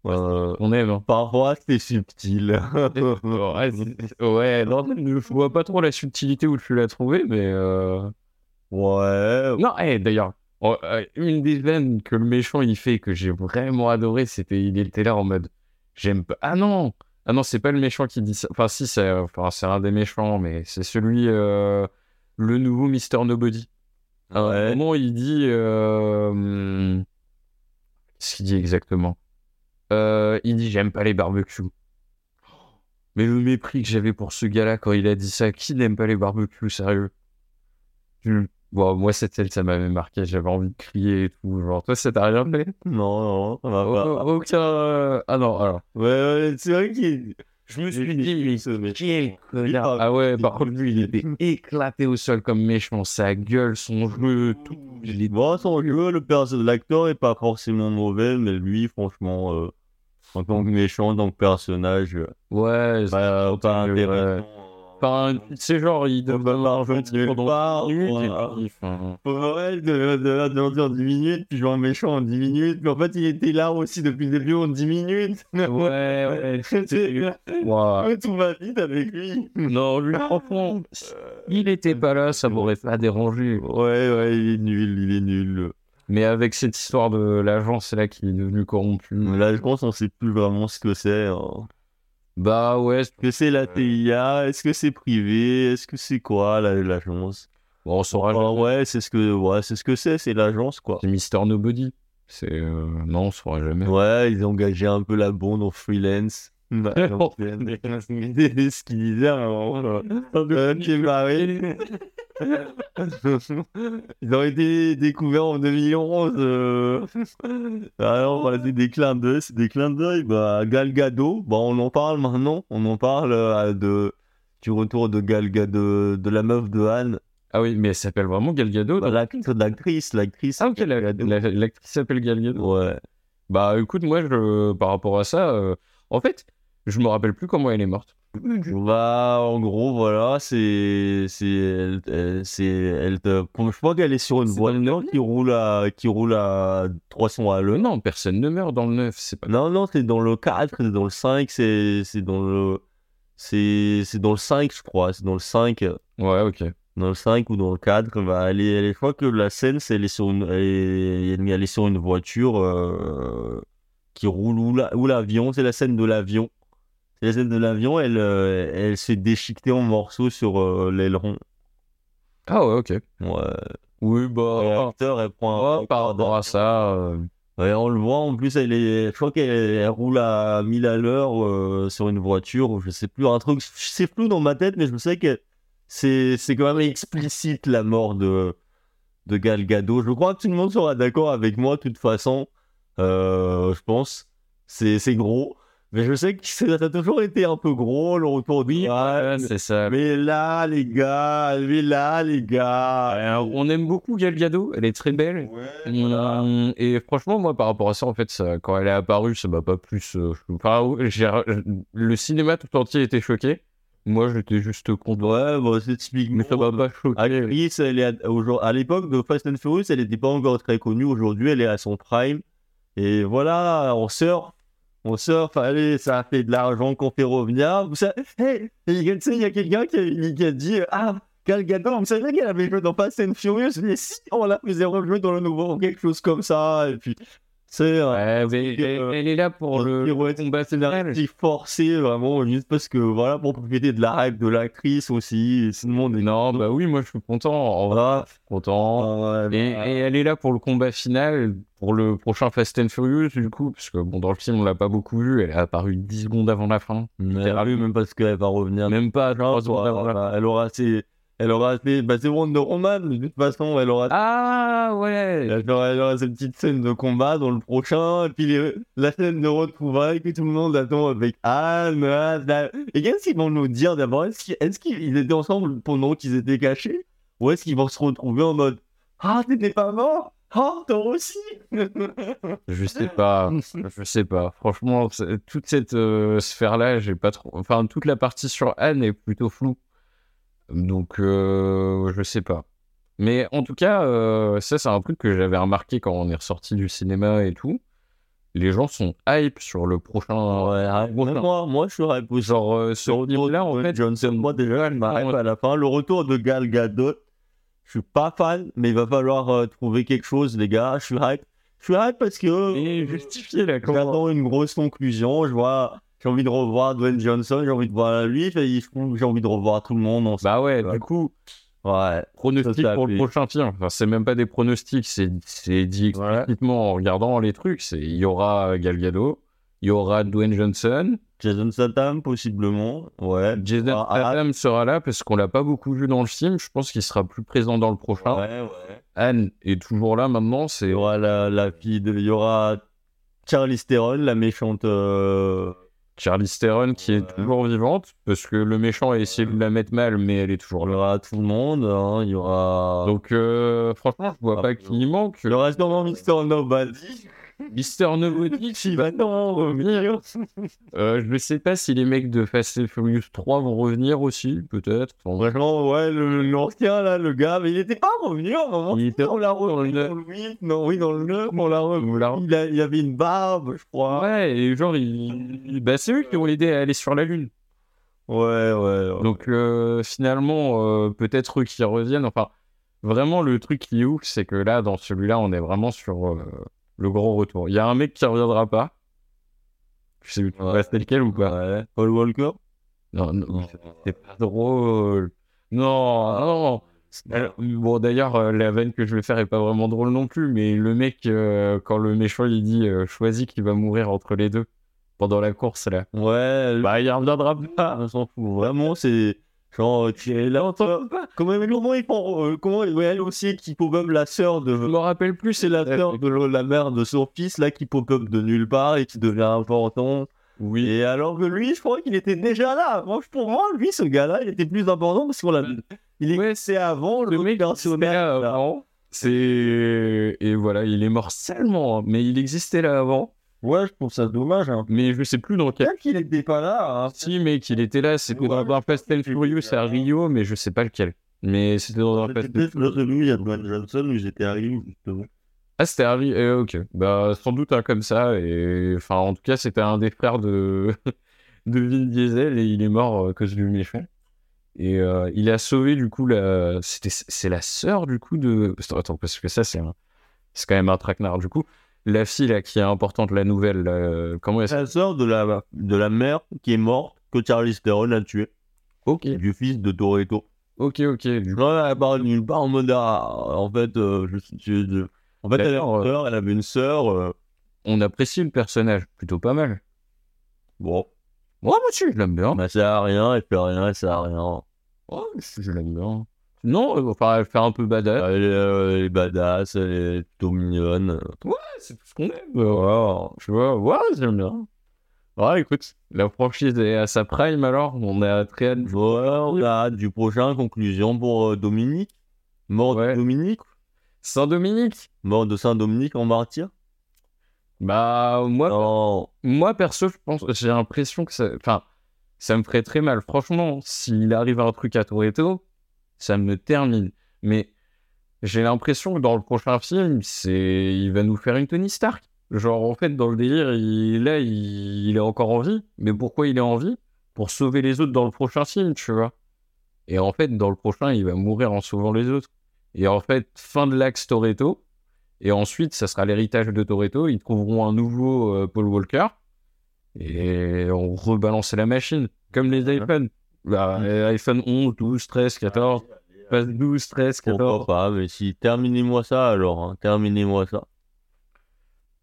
Speaker 3: Euh,
Speaker 2: On aime. hein.
Speaker 3: parfois c'était subtil.
Speaker 2: ouais, c'est- ouais, non, je vois pas trop la subtilité où tu l'as trouvé, mais. euh,
Speaker 3: ouais.
Speaker 2: Non, eh, d'ailleurs, oh, euh, une des vannes que le méchant il fait que j'ai vraiment adoré, c'était il était là en mode j'aime pas. Ah non, ah non, c'est pas le méchant qui dit ça. Enfin, si, c'est euh, enfin, c'est un des méchants, mais c'est celui euh, le nouveau Mister Nobody. À un
Speaker 3: Ouais.
Speaker 2: moment, il dit euh, hum, ce qu'il dit exactement. Euh, il dit j'aime pas les barbecues. Mais le mépris que j'avais pour ce gars-là quand il a dit ça, qui n'aime pas les barbecues, sérieux Tu- Bon, moi, cette scène, ça m'avait marqué, j'avais envie de crier et tout. Genre, toi, ça t'a rien fait
Speaker 3: Non, non, ça va pas.
Speaker 2: Au- Aucun. euh, Ah non, alors.
Speaker 3: Ouais, ouais, c'est vrai qu'il.
Speaker 2: Je me
Speaker 3: suis dit, mais quel connard.
Speaker 2: Ah ouais, par contre, lui, il était éclaté au sol comme méchant. Sa gueule, son jeu, tout. Il est-
Speaker 3: Bon, son jeu, le perso de l'acteur est pas forcément mauvais, mais lui, franchement, euh, en tant que méchant, en tant que personnage, euh,
Speaker 2: Ouais, c'est-
Speaker 3: pas, pas
Speaker 2: ouais.
Speaker 3: intéressant.
Speaker 2: Enfin, c'est genre, il
Speaker 3: On
Speaker 2: devait
Speaker 3: va pas revenir par.
Speaker 2: hein.
Speaker 3: Powell de, de, de, de, en 10 minutes, puis jouer un méchant en 10 minutes. Mais en fait, il était là aussi depuis le début en 10 minutes.
Speaker 2: Ouais, Ah. ouais. c'était-
Speaker 3: C'est-
Speaker 2: Ouah.
Speaker 3: Ouais, Tout va vite avec lui.
Speaker 2: Non, lui, franchement, il était pas là, ça m'aurait pas dérangé.
Speaker 3: Euh, Ouais, ouais, il est nul, il est nul.
Speaker 2: Mais avec cette histoire de l'agence là qui est devenue corrompue,
Speaker 3: Mais Là, je pense qu'on sait plus vraiment ce que c'est. hein.
Speaker 2: bah ouais,
Speaker 3: Est-ce que c'est la TIA Est-ce que c'est privé Est-ce que c'est quoi la- l'agence
Speaker 2: bon, on saura.
Speaker 3: Enfin,
Speaker 2: jamais.
Speaker 3: Bah, Ouais, c'est ce que ouais, c'est ce que c'est, c'est l'agence quoi.
Speaker 2: C'est Mister Nobody. C'est euh, non, on saura jamais.
Speaker 3: Ouais, ils ont engagé un peu la bande en freelance. Bah,
Speaker 2: Oh,
Speaker 3: en freelance. C'est ce qu'ils disaient à un moment. là. Euh, t'es barré. Ils ont été découverts en 2011. euh. Alors, voilà, c'est des clins d'œil. C'est des clins d'œil. Bah, Gal Gadot, bah, on en parle maintenant. On en parle euh, de, du retour de Gal Gadot, de la meuf de Anne.
Speaker 2: Ah oui, mais elle s'appelle vraiment Gal Gadot.
Speaker 3: Bah,
Speaker 2: donc-
Speaker 3: l'act- l'actrice, l'actrice.
Speaker 2: Ah ok, la- la-
Speaker 3: Gadot.
Speaker 2: l'actrice s'appelle Gal Gadot.
Speaker 3: Ouais.
Speaker 2: Bah écoute, moi, je, par rapport à ça, euh, en fait, je me rappelle plus comment elle est morte.
Speaker 3: Bah, en gros, voilà, c'est. C'est. Elle, elle- c'est- elle te- je crois qu'elle est sur une
Speaker 2: C'est
Speaker 3: voie
Speaker 2: dans le Euh,
Speaker 3: qui roule à, qui roule à 300 à l'heure.
Speaker 2: Non, personne ne meurt dans le neuf. C'est pas.
Speaker 3: Non, non, c'est dans le 4, c'est dans le 5, c'est c'est dans le. C'est c'est dans le 5, je crois. C'est dans le 5. euh,
Speaker 2: Ouais, ok.
Speaker 3: Dans le 5 ou dans le 4. Bah, elle est, elle est- je crois que la scène, c'est elle, est sur une- elle, est- elle est sur une voiture euh, qui roule ou la- ou l'avion. C'est la scène de l'avion. C'est la scène de l'avion, elle, euh, elle s'est déchiquetée en morceaux sur euh, l'aileron.
Speaker 2: Ah ouais, ok.
Speaker 3: Ouais.
Speaker 2: Oui, bah.
Speaker 3: Et
Speaker 2: ah,
Speaker 3: l'acteur, elle prend un
Speaker 2: ah, par
Speaker 3: record
Speaker 2: rapport à ça, euh,
Speaker 3: Ouais, on le voit en plus, elle est, je crois qu'elle elle roule à 1000 à l'heure euh, sur une voiture, ou je sais plus, un truc, c'est flou dans ma tête, mais je sais qu'elle c'est c'est quand même explicite la mort de, de Gal Gadot. Je crois que tout le monde sera d'accord avec moi, de toute façon. Euh, je pense. C'est c'est gros. Mais je sais que ça a toujours été un peu gros, le retour de Gal.
Speaker 2: C'est ça.
Speaker 3: Mais là, les gars, mais là, les gars.
Speaker 2: Alors, on aime beaucoup Gal Gadot, elle est très belle.
Speaker 3: Ouais, voilà.
Speaker 2: Mm, Et franchement, moi, par rapport à ça, en fait, ça- quand elle est apparue, ça m'a pas plus. euh, je- enfin, j'ai- le cinéma tout entier était choqué. Moi, j'étais juste content.
Speaker 3: Ouais, bah, c'est typiquement.
Speaker 2: Mais ça m'a pas choqué.
Speaker 3: Actrice, elle est à, aujourd- à l'époque de Fast and Furious, elle n'était pas encore très connue. Aujourd'hui, elle est à son prime. Et voilà, on sort. On sort, allez, ça a fait de l'argent qu'on fait revenir. Vous savez, hey, il y a- tu sais, il y a quelqu'un qui, a- qui a dit Ah, Gal Gadot, vous savez qu'elle avait joué dans Fast and Furious, mais si on la faisait rejouer dans le nouveau, ou quelque chose comme ça. Et puis, c'est
Speaker 2: Ouais, mais
Speaker 3: que,
Speaker 2: elle,
Speaker 3: euh,
Speaker 2: elle est là pour le, le
Speaker 3: pirouette,
Speaker 2: combat
Speaker 3: c'est
Speaker 2: final.
Speaker 3: forcé vraiment juste parce que voilà pour profiter de la hype de l'actrice aussi et tout le monde est
Speaker 2: Non, bah oui, moi, je suis content. En vrai,
Speaker 3: Ah,
Speaker 2: je suis content.
Speaker 3: ah, ouais,
Speaker 2: Et,
Speaker 3: bah,
Speaker 2: et elle est là pour le combat final, pour le prochain Fast and Furious, du coup, parce que bon, dans le film, on l'a pas beaucoup vu, elle est apparue 10 secondes avant la fin.
Speaker 3: mais
Speaker 2: littéralement.
Speaker 3: oui, même parce qu'elle va revenir
Speaker 2: Même pas
Speaker 3: Genre,
Speaker 2: 3 secondes avant la fin.
Speaker 3: bah, elle aura ses elle aura ses bah c'est Wonder Woman de toute façon elle aura
Speaker 2: Ah ouais
Speaker 3: elle aura, elle aura cette petite scène de combat dans le prochain et puis les- la scène de retrouvailles que tout le monde attend avec Anne et qu'est-ce qu'ils vont nous dire d'abord est-ce qu'ils est-ce qu'ils étaient ensemble pendant qu'ils étaient cachés ou est-ce qu'ils vont se retrouver en mode ah t'étais pas mort ah toi aussi
Speaker 2: Je sais pas, je sais pas. Franchement, c'est- toute cette euh, sphère-là, j'ai pas trop... Enfin, toute la partie sur Anne est plutôt floue. Donc, euh, je sais pas. Mais en tout cas, euh, ça, c'est un truc que j'avais remarqué quand on est ressorti du cinéma et tout. Les gens sont hype sur le prochain...
Speaker 3: ouais,
Speaker 2: Bon,
Speaker 3: moi moi je suis repoussé
Speaker 2: Genre, euh, ce
Speaker 3: Sur
Speaker 2: film-là, en fait,
Speaker 3: Johnson, moi déjà, je m'arrête à la fin. Le retour de Gal Gadot, je suis pas fan, mais il va falloir euh, trouver quelque chose, les gars. Je suis hype. Je suis hype parce que euh,
Speaker 2: est justifié, là, comment
Speaker 3: j'attends une grosse conclusion. Je vois, j'ai envie de revoir Dwayne Johnson, j'ai envie de voir lui, et je trouve que j'ai envie de revoir tout le monde ensemble.
Speaker 2: Bah ouais, du coup,
Speaker 3: Ouais.
Speaker 2: pronostic
Speaker 3: Ça,
Speaker 2: pour le
Speaker 3: puis-
Speaker 2: prochain film. Enfin, c'est même pas des pronostics, c'est c'est dit explicitement en regardant les trucs. C'est il y aura euh, Gal Gadot, il y aura Dwayne Johnson,
Speaker 3: Jason Statham, possiblement. Ouais.
Speaker 2: Jason
Speaker 3: Ah, ah,
Speaker 2: Statham sera là parce qu'on l'a pas beaucoup vu dans le film. Je pense qu'il sera plus présent dans le prochain.
Speaker 3: Ouais, ouais.
Speaker 2: Anne est toujours là maintenant.
Speaker 3: Il
Speaker 2: C'est
Speaker 3: y aura la, la fille de. Il y aura Charlie Theron, la méchante. euh,
Speaker 2: Charlie Theron qui est
Speaker 3: Ouais.
Speaker 2: toujours vivante parce que le méchant a essayé de la mettre mal, mais elle est toujours
Speaker 3: Il y
Speaker 2: là.
Speaker 3: aura tout le monde, hein, il y aura.
Speaker 2: Donc franchement, franchement, je vois
Speaker 3: Ah,
Speaker 2: pas
Speaker 3: bon.
Speaker 2: qui manque.
Speaker 3: il y aura sûrement Mr. Nobody
Speaker 2: Mister Nobody
Speaker 3: qui
Speaker 2: qui
Speaker 3: va non revenir.
Speaker 2: Euh, je ne sais pas si les mecs de Fast and Furious 3 vont revenir aussi, peut-être. En vrai,
Speaker 3: Franchement, ouais, le- l'ancien là, le gars, mais il était pas revenu à un moment.
Speaker 2: Il était
Speaker 3: on l'a
Speaker 2: dans
Speaker 3: revu
Speaker 2: le
Speaker 3: dans le 8, non, oui, dans le 9, on l'a revu.
Speaker 2: on l'a re-
Speaker 3: Il, a- il avait une barbe, je crois.
Speaker 2: Ouais, et genre, ils- bah, c'est eux qui ont aidé à aller sur la Lune.
Speaker 3: Ouais, ouais. ouais.
Speaker 2: Donc, euh, finalement, euh, peut-être eux qui reviennent. Enfin, vraiment, le truc qui est ouf, c'est que là, dans celui-là, on est vraiment sur euh, le grand retour. Il y a un mec qui reviendra pas. Je sais pas
Speaker 3: Ouais.
Speaker 2: c'était lequel ou pas.
Speaker 3: Ouais. Paul Walker
Speaker 2: Non, non, c'est pas drôle. Non, non. Alors, bon, d'ailleurs, euh, la veine que je vais faire est pas vraiment drôle non plus, mais le mec, euh, quand le méchant il dit euh, choisis qu'il va mourir entre les deux pendant la course là,
Speaker 3: Ouais,
Speaker 2: bah il reviendra
Speaker 3: Ah,
Speaker 2: pas.
Speaker 3: on s'en fout. Vraiment, c'est. Genre, tu es là. Comment, mais comment ils font. euh, comment. Ouais, elle aussi, qui même la sœur de.
Speaker 2: Je me rappelle plus,
Speaker 3: c'est la sœur de la mère de son fils là qui pop-up de nulle part et qui devient important.
Speaker 2: Oui.
Speaker 3: Et alors que lui, je crois qu'il était déjà là. Moi, je- pour moi, lui, ce gars-là, il était plus important parce qu'on l'a. Il est
Speaker 2: Ouais,
Speaker 3: c'est avant le,
Speaker 2: Le mec
Speaker 3: personnage.
Speaker 2: existait là
Speaker 3: là.
Speaker 2: avant. C'est et voilà, il est mort seulement, hein. mais il existait là avant.
Speaker 3: Ouais, je trouve ça dommage. Hein.
Speaker 2: Mais je sais plus dans quel.
Speaker 3: Bien qu'il n'était pas là. hein.
Speaker 2: Si, mais qu'il était là, c'est
Speaker 3: Ouais,
Speaker 2: dans
Speaker 3: je
Speaker 2: un Fast and
Speaker 3: que-
Speaker 2: Furious à Rio, mais je sais pas lequel. Mais c'était dans un Fast
Speaker 3: C'était
Speaker 2: and
Speaker 3: peut-être le celui où il y a Dwayne Johnson où j'étais arrivé justement.
Speaker 2: Ah, c'était Harry, eh, ok. Bah, sans doute un comme ça. Et enfin, en tout cas, c'était un des frères de, de Vin Diesel et il est mort euh, à cause du méchant. Et euh, il a sauvé, du coup, la... c'était- c'est la sœur, du coup, de. Attends, attends, parce que ça, c'est un- c'est quand même un traquenard, du coup. La fille, là, qui est importante, la nouvelle, là, euh, comment est-ce.
Speaker 3: C'est la sœur de la, de la mère qui est morte que Charlie Theron a tué,
Speaker 2: Ok,
Speaker 3: du fils de Toretto.
Speaker 2: ok, ok. Du coup,
Speaker 3: Non, elle parle nulle part en mode ah, en fait, euh, je, je- je- en fait, elle avait
Speaker 2: D'accord,
Speaker 3: une
Speaker 2: euh.
Speaker 3: sœur, elle avait une sœur. euh,
Speaker 2: on apprécie le personnage plutôt pas mal.
Speaker 3: bon,
Speaker 2: Oh, monsieur, je l'aime bien.
Speaker 3: bah, ça sert à rien, elle fait rien, elle sert à rien.
Speaker 2: Oh, je l'aime bien. Non, euh, enfin, elle fait un peu badass.
Speaker 3: Elle, est, euh, elle est badass, elle est plutôt mignonne.
Speaker 2: c'est tout ce qu'on aime. Wow, tu vois, wow, j'aime bien. Ouais, écoute, la franchise est à sa prime alors, on est très hâte.
Speaker 3: Voilà, on a hâte du prochain. Conclusion pour euh, Dominique. Mort
Speaker 2: Ouais.
Speaker 3: de Dominique
Speaker 2: Saint Dominique
Speaker 3: Mort de Saint-Dominique en martyr
Speaker 2: Bah, moi,
Speaker 3: Non.
Speaker 2: moi perso, je pense, j'ai l'impression que ça. Enfin, ça me ferait très mal. Franchement, s'il arrive un truc à Toretto, ça me termine. Mais j'ai l'impression que dans le prochain film, c'est, il va nous faire une Tony Stark. Genre, en fait, dans le délire, il, là, il, il est encore en vie. Mais pourquoi il est en vie Pour sauver les autres dans le prochain film, tu vois. Et en fait, dans le prochain, il va mourir en sauvant les autres. Et en fait, fin de l'axe Toretto. Et ensuite, ça sera l'héritage de Toretto. Ils trouveront un nouveau euh, Paul Walker. Et on rebalance la machine. Comme les iPhones. Bah, euh, iPhone 11, 12, 13, 14. Passe 12, 13,
Speaker 3: Pourquoi
Speaker 2: 14.
Speaker 3: pas, mais si, terminez-moi ça alors, hein, terminez-moi ça.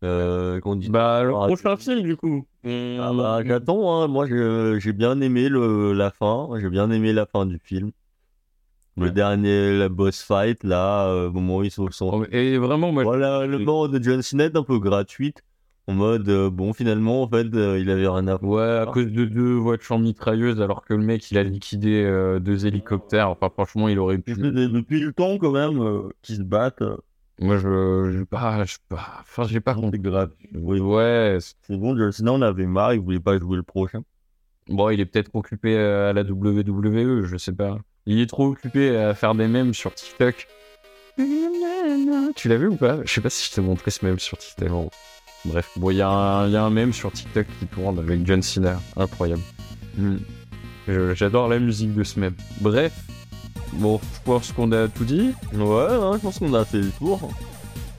Speaker 3: Euh, qu'on dit...
Speaker 2: Bah, le
Speaker 3: Ah,
Speaker 2: prochain
Speaker 3: c'est-
Speaker 2: film, du coup. Hmm.
Speaker 3: Ah bah, j'attends, hein, moi je- j'ai bien aimé le, la fin, j'ai bien aimé la fin du film. Le
Speaker 2: Ouais.
Speaker 3: dernier, la boss fight, là, euh, au moment où ils sont... sont-
Speaker 2: Et vraiment, moi,
Speaker 3: Voilà, le mort de John Cena est un peu gratuite, en mode, euh, bon, finalement, en fait, euh, il avait rien à voir.
Speaker 2: Ouais, à cause de deux voitures mitrailleuses, alors que le mec, il a liquidé euh, deux hélicoptères. Enfin, franchement, il
Speaker 3: Mm.
Speaker 2: aurait
Speaker 3: Mhm.
Speaker 2: pu.
Speaker 3: Depuis le temps, quand même, euh, qu'ils se battent, euh,
Speaker 2: Moi, je. je- ah, je- ah, Enfin, j'ai pas compris.
Speaker 3: c'est grave. Oui,
Speaker 2: Ouais. c'est-
Speaker 3: c'est bon, John Cena, on avait marre, il voulait pas jouer le prochain.
Speaker 2: Bon, il est peut-être occupé euh, à la WWE, je sais pas. Il est trop occupé à faire des mèmes sur TikTok. Tu l'as vu ou pas Je sais pas si je t'ai montré ce mème sur TikTok. Bref, bon, il y, a un- il y a un mème sur TikTok qui tourne avec John Cena. Incroyable. Hmm. Je- J'adore la musique de ce mème. Bref, bon, je pense qu'on a tout dit.
Speaker 3: Ouais, hein, je pense qu'on a fait le tour.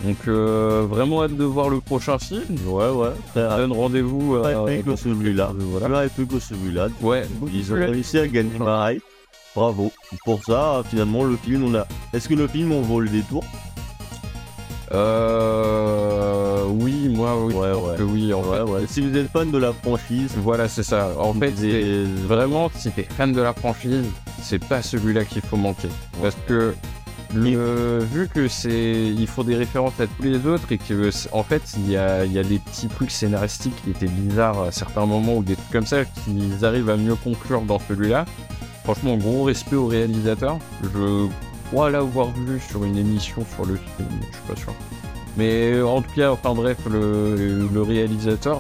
Speaker 2: Donc, euh, vraiment hâte de voir le prochain film.
Speaker 3: Ouais, ouais. Très
Speaker 2: On
Speaker 3: rapide.
Speaker 2: donne rendez-vous.
Speaker 3: Plus
Speaker 2: euh,
Speaker 3: rapide que celui-là.
Speaker 2: voilà.
Speaker 3: Plus rapide que celui-là.
Speaker 2: Ouais,
Speaker 3: Ils ont réussi à gagner ma hype. Bravo. Pour ça, finalement, le film, on a. Est-ce que le film, on vaut le détour
Speaker 2: Euh... Oui, moi, oui.
Speaker 3: Ouais,
Speaker 2: je pense
Speaker 3: ouais.
Speaker 2: que oui, en
Speaker 3: Ouais,
Speaker 2: vrai.
Speaker 3: ouais. Si vous êtes fan de la franchise,
Speaker 2: Voilà, c'est ça. En fait, c'est-
Speaker 3: des-
Speaker 2: vraiment, si t'es fan de la franchise, c'est pas celui-là qu'il faut manquer. Parce que, le- vu que c'est... Ils font des références à tous les autres et que, c'est- en fait, il y a, il y a des petits trucs scénaristiques qui étaient bizarres à certains moments ou des trucs comme ça qu'ils arrivent à mieux conclure dans celui-là. Franchement, gros respect au réalisateur. Je crois l'avoir vu sur une émission sur le film, je suis pas sûr. Mais euh, en tout cas, enfin bref, le, le réalisateur,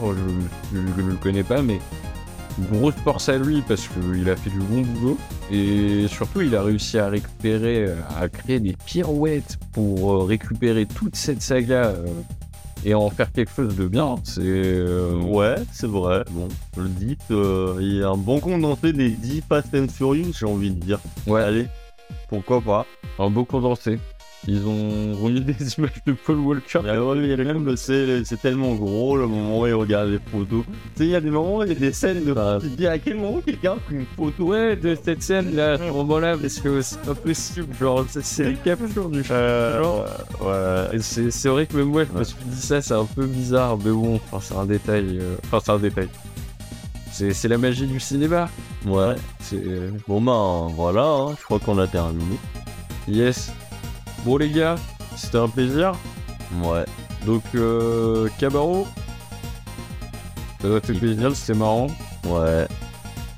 Speaker 2: je ne le connais pas, mais grosse force à lui parce qu'il a fait du bon boulot. Et surtout, il a réussi à récupérer, euh, à créer des pirouettes pour euh, récupérer toute cette saga euh, et en faire quelque chose de bien. C'est. euh,
Speaker 3: Ouais, c'est vrai. Bon, le dit, il y a un bon condensé des 10 Fast and Furious, j'ai envie de dire.
Speaker 2: Ouais.
Speaker 3: Allez, pourquoi pas
Speaker 2: un beau condensé. Ils ont remis des images de Paul Walker.
Speaker 3: Mais ouais, mais même le- c'est c'est tellement gros le moment où il regarde les photos. Tu sais, il y a des moments où il y a des scènes de. Tu te dis à quel moment quelqu'un a pris une photo
Speaker 2: Ouais, de cette scène là, ce moment là, parce que c'est pas possible, genre, c'est- c'est les captures du
Speaker 3: Genre, ouais.
Speaker 2: Et C'est c'est vrai que même moi, je me
Speaker 3: Ouais.
Speaker 2: suis dit ça, c'est un peu bizarre, mais bon, enfin, c'est un détail. euh, Enfin, c'est un détail. C'est c'est la magie du cinéma.
Speaker 3: Ouais.
Speaker 2: C'est. euh,
Speaker 3: Bon ben voilà, hein, je crois qu'on a terminé.
Speaker 2: Yes. Bon, les gars, c'était un plaisir.
Speaker 3: Ouais.
Speaker 2: Donc, euh, Cabarro, ça doit fait plaisir, c'était marrant.
Speaker 3: Ouais.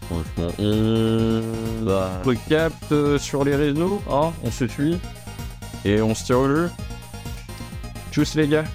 Speaker 3: Franchement.
Speaker 2: On
Speaker 3: Bah.
Speaker 2: se capte euh, sur les réseaux, hein, on se suit. Et on se tire au jeu. Tchuss, les gars.